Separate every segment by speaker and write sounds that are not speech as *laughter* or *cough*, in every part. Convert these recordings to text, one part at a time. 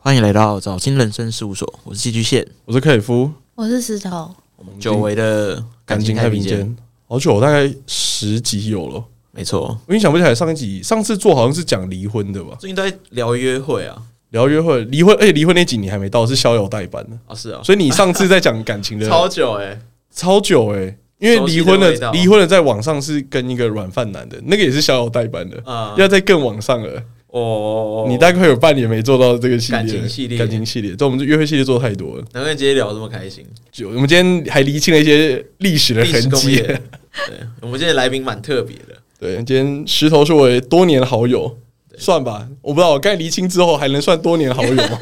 Speaker 1: 欢迎来到早清人生事务所，我是寄居蟹，
Speaker 2: 我是克里夫，
Speaker 3: 我是石头，
Speaker 1: 我们久违的
Speaker 2: 感情太平，间，好久，大概十集有了。
Speaker 1: 没错，
Speaker 2: 我已经想不起来上一集，上次做好像是讲离婚的吧？
Speaker 1: 最近都在聊约会啊，
Speaker 2: 聊约会、离婚，而且哎离婚那集你还没到，是逍遥代班的。
Speaker 1: 啊是啊，
Speaker 2: 所以你上次在讲感情
Speaker 1: *laughs*
Speaker 2: 的
Speaker 1: 超久哎、
Speaker 2: 超久诶、因为离
Speaker 1: 熟悉
Speaker 2: 婚
Speaker 1: 的味道
Speaker 2: 的离婚的在网上是跟一个软饭男的，那个也是逍遥代班的，
Speaker 1: 啊、
Speaker 2: 要再更往上了。
Speaker 1: 哦，
Speaker 2: 你大概有半年没做到这个系列
Speaker 1: 感
Speaker 2: 了，
Speaker 1: 情系列
Speaker 2: 感情系列，这我们这约会系列做太多了。
Speaker 1: 难怪今天聊得这么开
Speaker 2: *laughs*
Speaker 1: 心，
Speaker 2: 就我们今天还厘清了一些历史的
Speaker 1: 历史
Speaker 2: 痕
Speaker 1: 工
Speaker 2: 迹
Speaker 1: 业。，对我们今天来宾蛮特别
Speaker 2: *laughs*
Speaker 1: 的，
Speaker 2: 对，今天石头是我的多年好友，算吧，我不知道我刚才厘清之后还能算多年好友
Speaker 1: *laughs*
Speaker 2: 吗？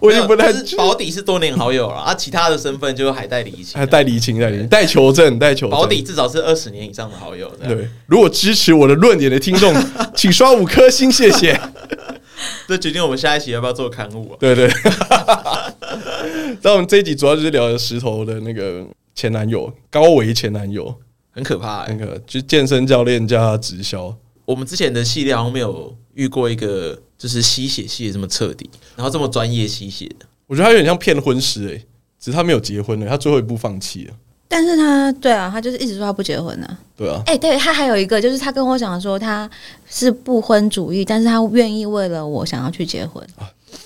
Speaker 2: 我已经不
Speaker 1: 没
Speaker 2: 太
Speaker 1: 有就是保底是多年好友了啊，其他的身份就是海带离情
Speaker 2: 还，带厘哎清带厘清带求证带求证
Speaker 1: 保底。至少是二十年以上的好友，这样
Speaker 2: 对，如果支持我的论点的听众，请刷五颗星，谢
Speaker 1: *laughs*
Speaker 2: 谢。
Speaker 1: 这决定我们下一期要不要做刊物啊？
Speaker 2: 对 *laughs* 对，那我们这一集主要就是聊石头的那个前男友，高维前男友，
Speaker 1: 很可怕、欸
Speaker 2: 那。个就是健身教练加直销，
Speaker 1: 我们之前的系列好像没有遇过一个就是吸血吸的这么彻底，然后这么专业吸血的。
Speaker 2: 我觉得他有点像骗婚师诶、只是他没有结婚呢、欸他最后一步放弃了，
Speaker 3: 但是他对啊，他就是一直说他不结婚呢、啊。
Speaker 2: 对啊，
Speaker 3: 哎、对他还有一个就是他跟我讲说他是不婚主义，但是他愿意为了我想要去结婚。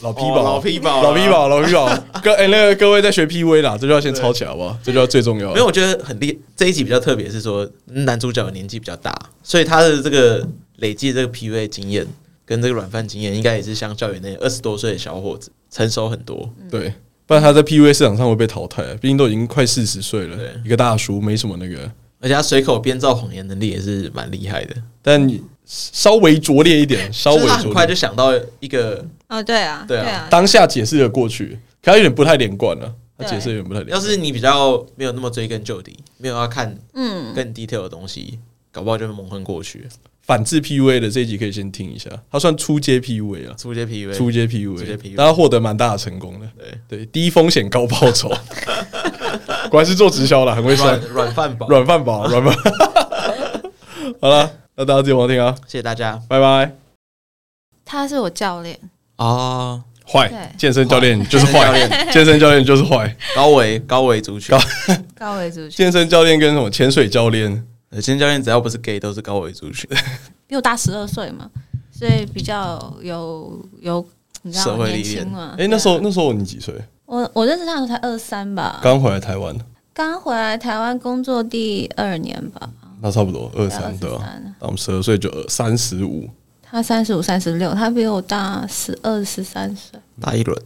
Speaker 2: 老皮
Speaker 1: 哦
Speaker 2: 宝、
Speaker 1: 老皮宝啊
Speaker 2: 老皮宝，老皮
Speaker 1: *laughs*
Speaker 2: 宝，各哎、那个各位在学 PV 啦，这就要先抄起来好不好？这就要最重要。
Speaker 1: 没有，我觉得很厉。这一集比较特别是说，男主角的年纪比较大，所以他的这个累积的这个 PV 经验跟这个软饭经验，应该也是相较于那二十多岁的小伙子成熟很多。
Speaker 2: 对，不然他在 PV 市场上会被淘汰，啊毕竟都已经快四十岁了
Speaker 1: 对，
Speaker 2: 一个大叔没什么那个，
Speaker 1: 而且他随口编造谎言能力也是蛮厉害的，
Speaker 2: 但你稍微拙劣一点，稍
Speaker 1: 就
Speaker 2: 微
Speaker 1: 是他很
Speaker 2: 拙
Speaker 1: 快
Speaker 2: 劣，
Speaker 1: 就想到一个，
Speaker 3: 哦，对啊，
Speaker 1: 对啊
Speaker 2: 当下解释的过去，可他有点不太连贯了、他解释有点不太连
Speaker 1: 要
Speaker 2: 贯。
Speaker 1: 是你比较没有那么追根究底，没有要看
Speaker 3: 嗯，
Speaker 1: 更 detail 的东西，搞不好就会蒙混过去，
Speaker 2: 反制 PUA 的这一集可以先听一下，他算初阶 PUA 啊，
Speaker 1: 出一些 PV。
Speaker 2: 初
Speaker 1: 初阶
Speaker 2: 阶 PUA，
Speaker 1: PUA
Speaker 2: 但他获得蛮大的成功的。
Speaker 1: 对
Speaker 2: 对，低风险高报酬， *laughs* 果然是做直销的，很会算
Speaker 1: 软。软饭宝，
Speaker 2: 软饭宝，软饭。好了，那大家自己往听啊，
Speaker 1: 谢谢大家
Speaker 2: 拜拜。
Speaker 3: 他是我教练，
Speaker 1: 啊！
Speaker 2: 坏
Speaker 3: 对
Speaker 2: 健身教练就是
Speaker 1: 教
Speaker 2: 坏，
Speaker 1: 练
Speaker 2: 健身教练就是坏。
Speaker 1: 高维高维族群，
Speaker 3: 高维族
Speaker 2: *laughs*
Speaker 3: 群
Speaker 2: 健身教练跟什么潜水教练，
Speaker 1: 呃健身教练只要不是 gay 都是高维族群，
Speaker 3: 比我大十二岁嘛，所以比较有有你知
Speaker 1: 社
Speaker 3: 道
Speaker 1: 会历
Speaker 3: 年
Speaker 1: 练
Speaker 3: 轻嘛。啊
Speaker 2: 哎，那时候那时候你几岁？
Speaker 3: 我我认识他的时候才二三吧，
Speaker 2: 刚回来台湾，
Speaker 3: 刚回来台湾工作第二年吧，
Speaker 2: 那差不多二三
Speaker 3: 23
Speaker 2: 对啊吧？那我们十二岁就三十五，
Speaker 3: 他三十五、三十六，他比我大十二、十三岁。
Speaker 1: 大一轮，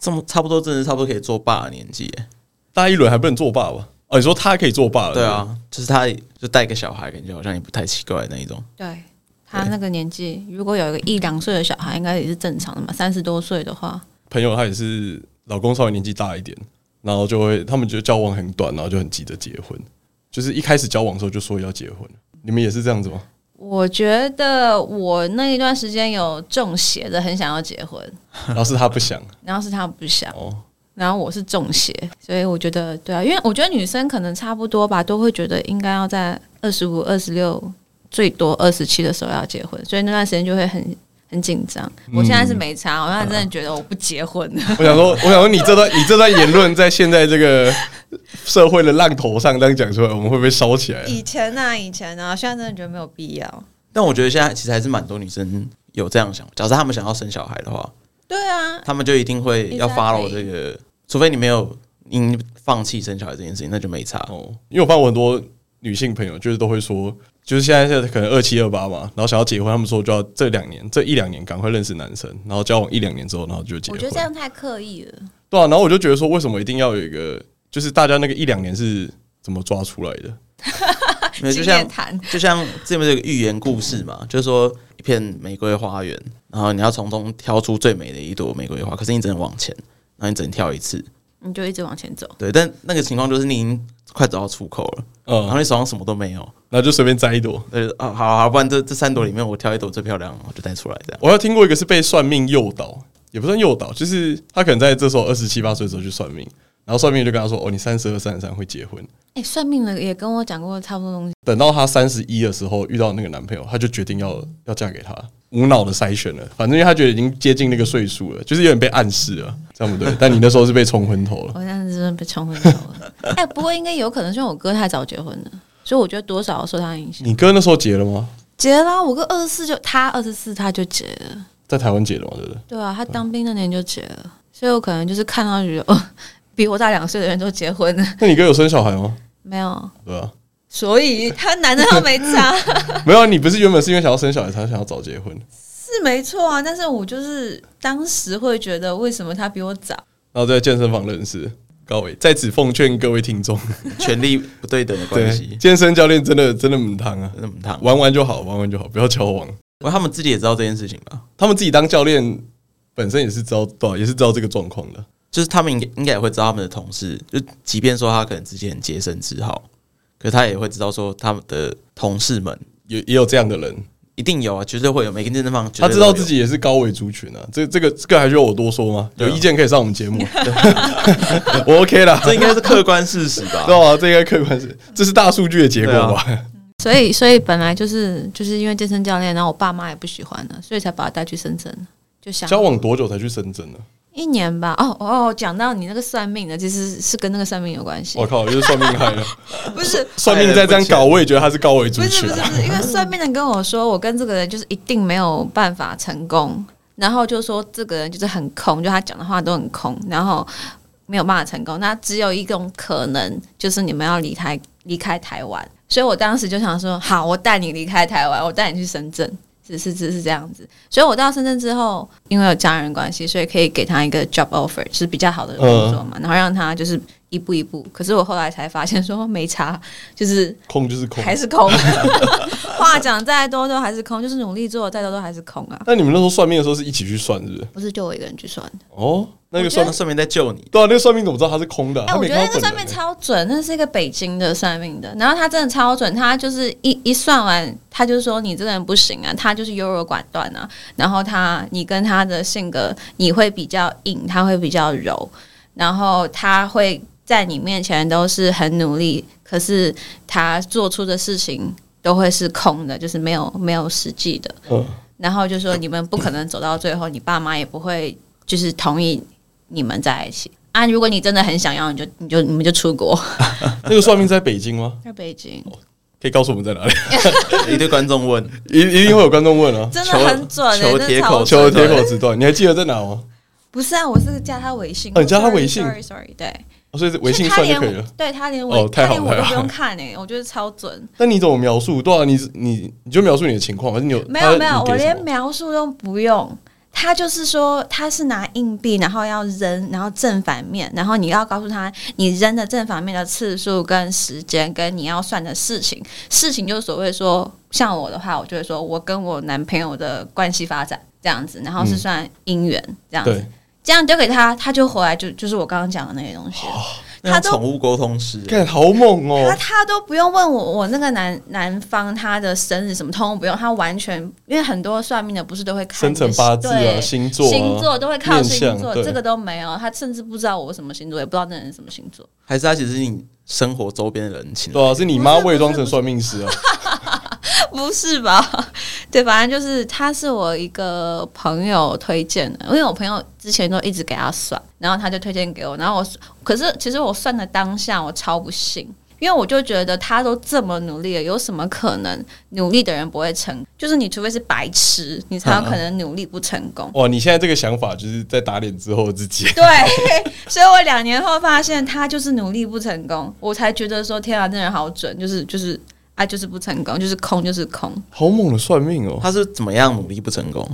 Speaker 1: 这么差不多，真的差不多可以做爸的年纪耶。
Speaker 2: 大一轮还不能做爸吧？哦，你说他可以做爸了？
Speaker 1: 对，啊，就是他就带个小孩，感觉好像也不太奇怪的那一种。
Speaker 3: 对他那个年纪，如果有一个一两岁的小孩，应该也是正常的嘛。三十多岁的话，
Speaker 2: 朋友他也是老公稍微年纪大一点，然后就会他们觉得交往很短，然后就很急着结婚，就是一开始交往的时候就说要结婚。你们也是这样子吗？
Speaker 3: 我觉得我那一段时间有中邪的，很想要结婚，
Speaker 2: 然后是他不想
Speaker 3: 然后是他不想，
Speaker 2: 哦，
Speaker 3: 然后我是中邪，所以我觉得对啊，因为我觉得女生可能差不多吧，都会觉得应该要在二十五、二十六，最多二十七的时候要结婚，所以那段时间就会很。很紧张，我现在是没差，我现在真的觉得我不结婚了。
Speaker 2: 我想说，我想说，你这段你这段言论在现在这
Speaker 3: *laughs*
Speaker 2: 个社会的浪头上这样讲出来，我们会不会烧起来？
Speaker 3: 以前啊，以前啊，现在真的觉得没有必要。
Speaker 1: 但我觉得现在其实还是蛮多女生有这样想，假设她们想要生小孩的话，
Speaker 3: 对啊，
Speaker 1: 她们就一定会要
Speaker 3: Exactly
Speaker 1: follow 这个，除非你没有你放弃生小孩这件事情，那就没差。
Speaker 2: 哦，因为我发现我很多女性朋友就是都会说，就是现在是可能二七二八嘛，然后想要结婚，他们说就要这两年这一两年赶快认识男生，然后交往一两年之后，然后就结
Speaker 3: 我
Speaker 2: 婚。
Speaker 3: 觉得这样太刻意了。
Speaker 2: 对啊，然后我就觉得说，为什么一定要有一个，就是大家那个一两年是怎么抓出来的？
Speaker 1: 没有就
Speaker 3: 经
Speaker 1: 像
Speaker 3: 验谈，
Speaker 1: 就像这边有个寓言故事嘛，就是说一片玫瑰花园，然后你要从中挑出最美的一朵玫瑰花，可是你只能往前，然后你只能跳一次。
Speaker 3: 你就一直往前走。
Speaker 1: 对，但那个情况就是你已经快走到出口了，
Speaker 2: 嗯，
Speaker 1: 然
Speaker 2: 然
Speaker 3: 啊
Speaker 1: 后你手上什么都没有。
Speaker 2: 后就随便摘一朵。
Speaker 1: 对，啊，好啊好，不然这这三朵里面我挑一朵最漂亮，我就带出来这样。
Speaker 2: 我要听过一个是被算命诱导，也不算诱导，就是他可能在这时候二十七八岁的时候去算命，然后算命就跟他说：“哦，你三十二、三十三会结婚。
Speaker 3: 哎、算命的也跟我讲过差不多东西。”
Speaker 2: 等到她三十一的时候遇到那个男朋友，她就决定要要嫁给他，无脑的筛选了。反正因为她觉得已经接近那个岁数了，就是有点被暗示了，这样不对。但你那时候是被冲昏头了。
Speaker 3: 我现在真的被冲昏头 *laughs* 了。哎、不过应该有可能是因为我哥太早结婚了，所以我觉得多少受他影响。
Speaker 2: 你哥那时候结了吗？
Speaker 3: 结啦、我哥二十四就他二十四他就结了，
Speaker 2: 在台湾结的吗？对不对？
Speaker 3: 对啊，他当兵那年就结了，所以我可能就是看到觉得哦，比我大两岁的人都结婚了，
Speaker 2: 那你哥有生小孩吗？
Speaker 3: 没有，
Speaker 2: 对啊，
Speaker 3: 所以他男的他没差 *laughs*
Speaker 2: 没有啊，你不是原本是因为想要生小孩才想要早结婚？
Speaker 3: 是没错啊，但是我就是当时会觉得为什么他比我早？
Speaker 2: 然后在健身房认识高伟，在此奉劝各位听众，
Speaker 1: 权力不对等的关
Speaker 2: 对
Speaker 1: 系，
Speaker 2: 健身教练真的真的很烫啊，
Speaker 1: 真的很烫。
Speaker 2: 玩玩就好，玩玩就好，不要交往。
Speaker 1: 我他们自己也知道这件事情吧？
Speaker 2: 他们自己当教练本身也是知道，对啊、也是知道这个状况的。
Speaker 1: 就是他们应该应该也会知道他们的同事，就即便说他可能之前洁身自好，可他也会知道说他们的同事们
Speaker 2: 也也有这样的人，
Speaker 1: 一定有啊，绝对会有，每个健身房绝
Speaker 2: 他
Speaker 1: 对
Speaker 2: 知道
Speaker 1: 都有
Speaker 2: 自己也是高危族群啊。这这个这个还需要我多说吗？
Speaker 1: 对
Speaker 2: 有
Speaker 1: 啊
Speaker 2: 意见可以上我们 *laughs* 节目，我 OK 啦。
Speaker 1: 这应该是客观事实吧
Speaker 2: *laughs* 知？道吗？这应该客观是，这是大数据的结果吧？
Speaker 3: 所以，所以本来就是就是因为健身教练，然后我爸妈也不喜欢了，所以才把他带去深圳，就想
Speaker 2: 交往多久才去深圳呢？
Speaker 3: 一年吧。哦哦，讲到你那个算命的，其实是跟那个算命有关系
Speaker 2: *laughs* 我，靠，就是算命害了，
Speaker 3: 不是
Speaker 2: *laughs* 算命再这样搞，我也觉得他是高危族
Speaker 3: 不是
Speaker 2: 群
Speaker 3: 不是
Speaker 2: 啊。
Speaker 3: 不是，因为算命的跟我说，我跟这个人就是一定没有办法成功，然后就说这个人就是很空，就他讲的话都很空，然后没有办法成功。那只有一种可能，就是你们要离开离开台湾。所以我当时就想说，好，我带你离开台湾，我带你去深圳。只是只是这样子，所以我到深圳之后，因为有家人关系，所以可以给他一个 job offer，就是比较好的工作嘛，然后让他就是一步一步。可是我后来才发现说没差，就是
Speaker 2: 空就是空。
Speaker 3: 还是空。 *laughs* 话讲再多都还是空，就是努力做再多都还是空啊。
Speaker 2: 那你们那时候算命的时候是一起去算，是不是？
Speaker 3: 不是就我一个人去算的，
Speaker 2: 哦，那个
Speaker 3: 我觉
Speaker 2: 算
Speaker 1: 那顺便在救你，
Speaker 2: 对啊，那个算命怎么知道他是空的啊、
Speaker 3: 哎、
Speaker 2: 他
Speaker 3: 我
Speaker 2: 没
Speaker 3: 觉
Speaker 2: 看
Speaker 3: 得
Speaker 2: 到
Speaker 3: 那个
Speaker 2: 本
Speaker 3: 算
Speaker 2: 人欸
Speaker 3: 命超准，那是一个北京的算命的，然后他真的超准，他就是一一算完，他就说你这个人不行啊，他就是优柔寡断啊，然后他你跟他的性格，你会比较硬，他会比较柔，然后他会在你面前都是很努力，可是他做出的事情都会是空的，就是没有没有实际的。
Speaker 2: 嗯
Speaker 3: 然后就说你们不可能走到最后，你爸妈也不会就是同意你们在一起啊。如果你真的很想要，你就你就你们就出国，
Speaker 2: *laughs* 那个算命在北京吗？
Speaker 3: 在北京
Speaker 2: 可以告诉我们在哪里？
Speaker 1: 一堆观众问，
Speaker 2: *laughs* 一一定会有观众问啊，
Speaker 3: 真的很准、欸，
Speaker 1: 求
Speaker 3: 真
Speaker 1: 求
Speaker 3: 的超
Speaker 2: *laughs* 求
Speaker 3: 准
Speaker 2: 铁口直 *laughs* 断。你还记得在哪吗？
Speaker 3: 不是啊，我是加他微信，
Speaker 2: 哦你加他微信
Speaker 3: s o r r y sorry，对，
Speaker 2: 哦所以微信
Speaker 3: 所
Speaker 2: 算
Speaker 3: 以
Speaker 2: 就
Speaker 3: 他
Speaker 2: 可以
Speaker 3: 连
Speaker 2: 了。
Speaker 3: 我对他连我、
Speaker 2: 哦太
Speaker 3: 他
Speaker 2: 好
Speaker 3: 连我
Speaker 2: 太
Speaker 3: 都
Speaker 2: 好
Speaker 3: 不用看哎、我觉得超准。
Speaker 2: 那你怎么描述？对啊，你你你就描述你的情况，还是你有
Speaker 3: 没
Speaker 2: 他
Speaker 3: 有没有，
Speaker 2: 你给
Speaker 3: 我
Speaker 2: 什
Speaker 3: 连
Speaker 2: 么
Speaker 3: 描述都不用。他就是说，他是拿硬币，然后要扔，然后正反面，然后你要告诉他你扔的正反面的次数跟时间，跟你要算的事情。事情就是所谓说，像我的话，我就会说我跟我男朋友的关系发展这样子，然后是算姻缘这样子，
Speaker 2: 嗯对，
Speaker 3: 这样丢给他，他就回来就就是我刚刚讲的那些东西。
Speaker 1: 那
Speaker 3: 他
Speaker 1: 像
Speaker 3: 都
Speaker 1: 宠物沟通师，啊
Speaker 2: 看好猛
Speaker 3: 他
Speaker 2: 哦！
Speaker 3: 他都不用问我，我那个男男方他的生日什么通通不用，他完全因为很多算命的不是都会看
Speaker 2: 生
Speaker 3: 你
Speaker 2: 辰
Speaker 3: 的
Speaker 2: 八字啊，
Speaker 3: 对
Speaker 2: 星座啊，
Speaker 3: 星座都会靠星
Speaker 2: 面
Speaker 3: 座
Speaker 2: 相，对
Speaker 3: 这个都没有，他甚至不知道我什么星座，也不知道那人什么星座。
Speaker 1: 还是他其实是你生活周边的人情？
Speaker 2: 对啊，是你妈伪装成算命
Speaker 3: *laughs*
Speaker 2: 师啊。
Speaker 3: 不是吧？ *laughs* 对，反正就是他是我一个朋友推荐的，因为我朋友之前都一直给他算，然后他就推荐给我，然后我可是其实我算的当下我超不信。因为我就觉得他都这么努力了，有什么可能努力的人不会成？就是你除非是白痴，你才有可能努力不成 *laughs* 功。
Speaker 2: 哇，你现在这个想法就是在打脸之后自己。
Speaker 3: 对，所以我两年后发现他就是努力不成功，我才觉得说天啊，那人好准，就是就是啊，就是不成功，就是空，就是空。
Speaker 2: *laughs* 好猛的算命哦！
Speaker 1: 他是怎么样努力不成功？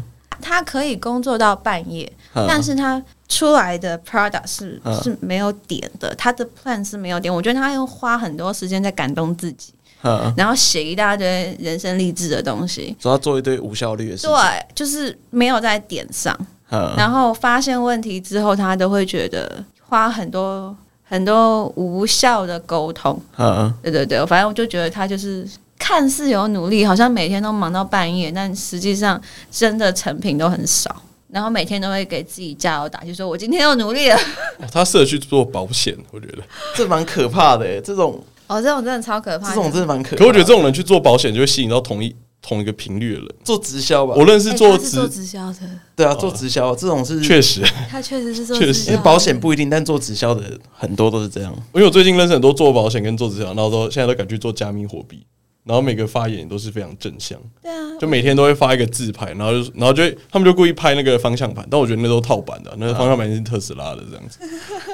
Speaker 3: 他可以工作到半夜，
Speaker 1: 嗯
Speaker 3: 但是他出来的 product 是、
Speaker 1: 嗯
Speaker 3: 是没有点的，他的 plan 是没有点。我觉得他要花很多时间在感动自己，
Speaker 1: 嗯
Speaker 3: 然后写一大堆人生励志的东西。
Speaker 1: 主要做一堆无效率的事
Speaker 3: 对
Speaker 1: 情。，
Speaker 3: 就是没有在点上。
Speaker 1: 嗯
Speaker 3: 然后发现问题之后，他都会觉得花很多很多无效的沟通。
Speaker 1: 嗯，
Speaker 3: 对对对，反正我就觉得他就是看似有努力，好像每天都忙到半夜，但实际上真的成品都很少。然后每天都会给自己加油打气，说我今天又努力了。
Speaker 2: 哦 *laughs* 他适合去做保险，我 *laughs* 觉得。
Speaker 1: 这蛮可怕的、欸，这种
Speaker 3: 哦，这种真的超可怕
Speaker 1: 这
Speaker 3: 的。
Speaker 1: 种真的蛮可怕的。
Speaker 2: 可我觉得这种人去做保险，就会吸引到同一同一个频率的人。
Speaker 1: 做直销吧，
Speaker 2: 我认识
Speaker 3: 哎
Speaker 2: 做
Speaker 3: 他是做
Speaker 2: 直，
Speaker 3: 直销的，
Speaker 2: *laughs*
Speaker 1: 对啊，做直销这种是
Speaker 2: 确实， *laughs*
Speaker 3: 他确实是做
Speaker 2: 确
Speaker 3: 直
Speaker 2: 实
Speaker 3: 销
Speaker 1: 因
Speaker 3: 的。
Speaker 1: 为保险不一定，但做直销的很多都是这样。
Speaker 2: 因为我最近认识很多做保险跟做直销，然后都现在都改去做加密货币，然后每个发言也都是非常正向，
Speaker 3: 对啊，
Speaker 2: 就每天都会发一个自拍，然后就然后就会他们就故意拍那个方向盘，但我觉得那都套版
Speaker 1: 啊
Speaker 2: 的，啊那个方向盘是特斯拉的这样子，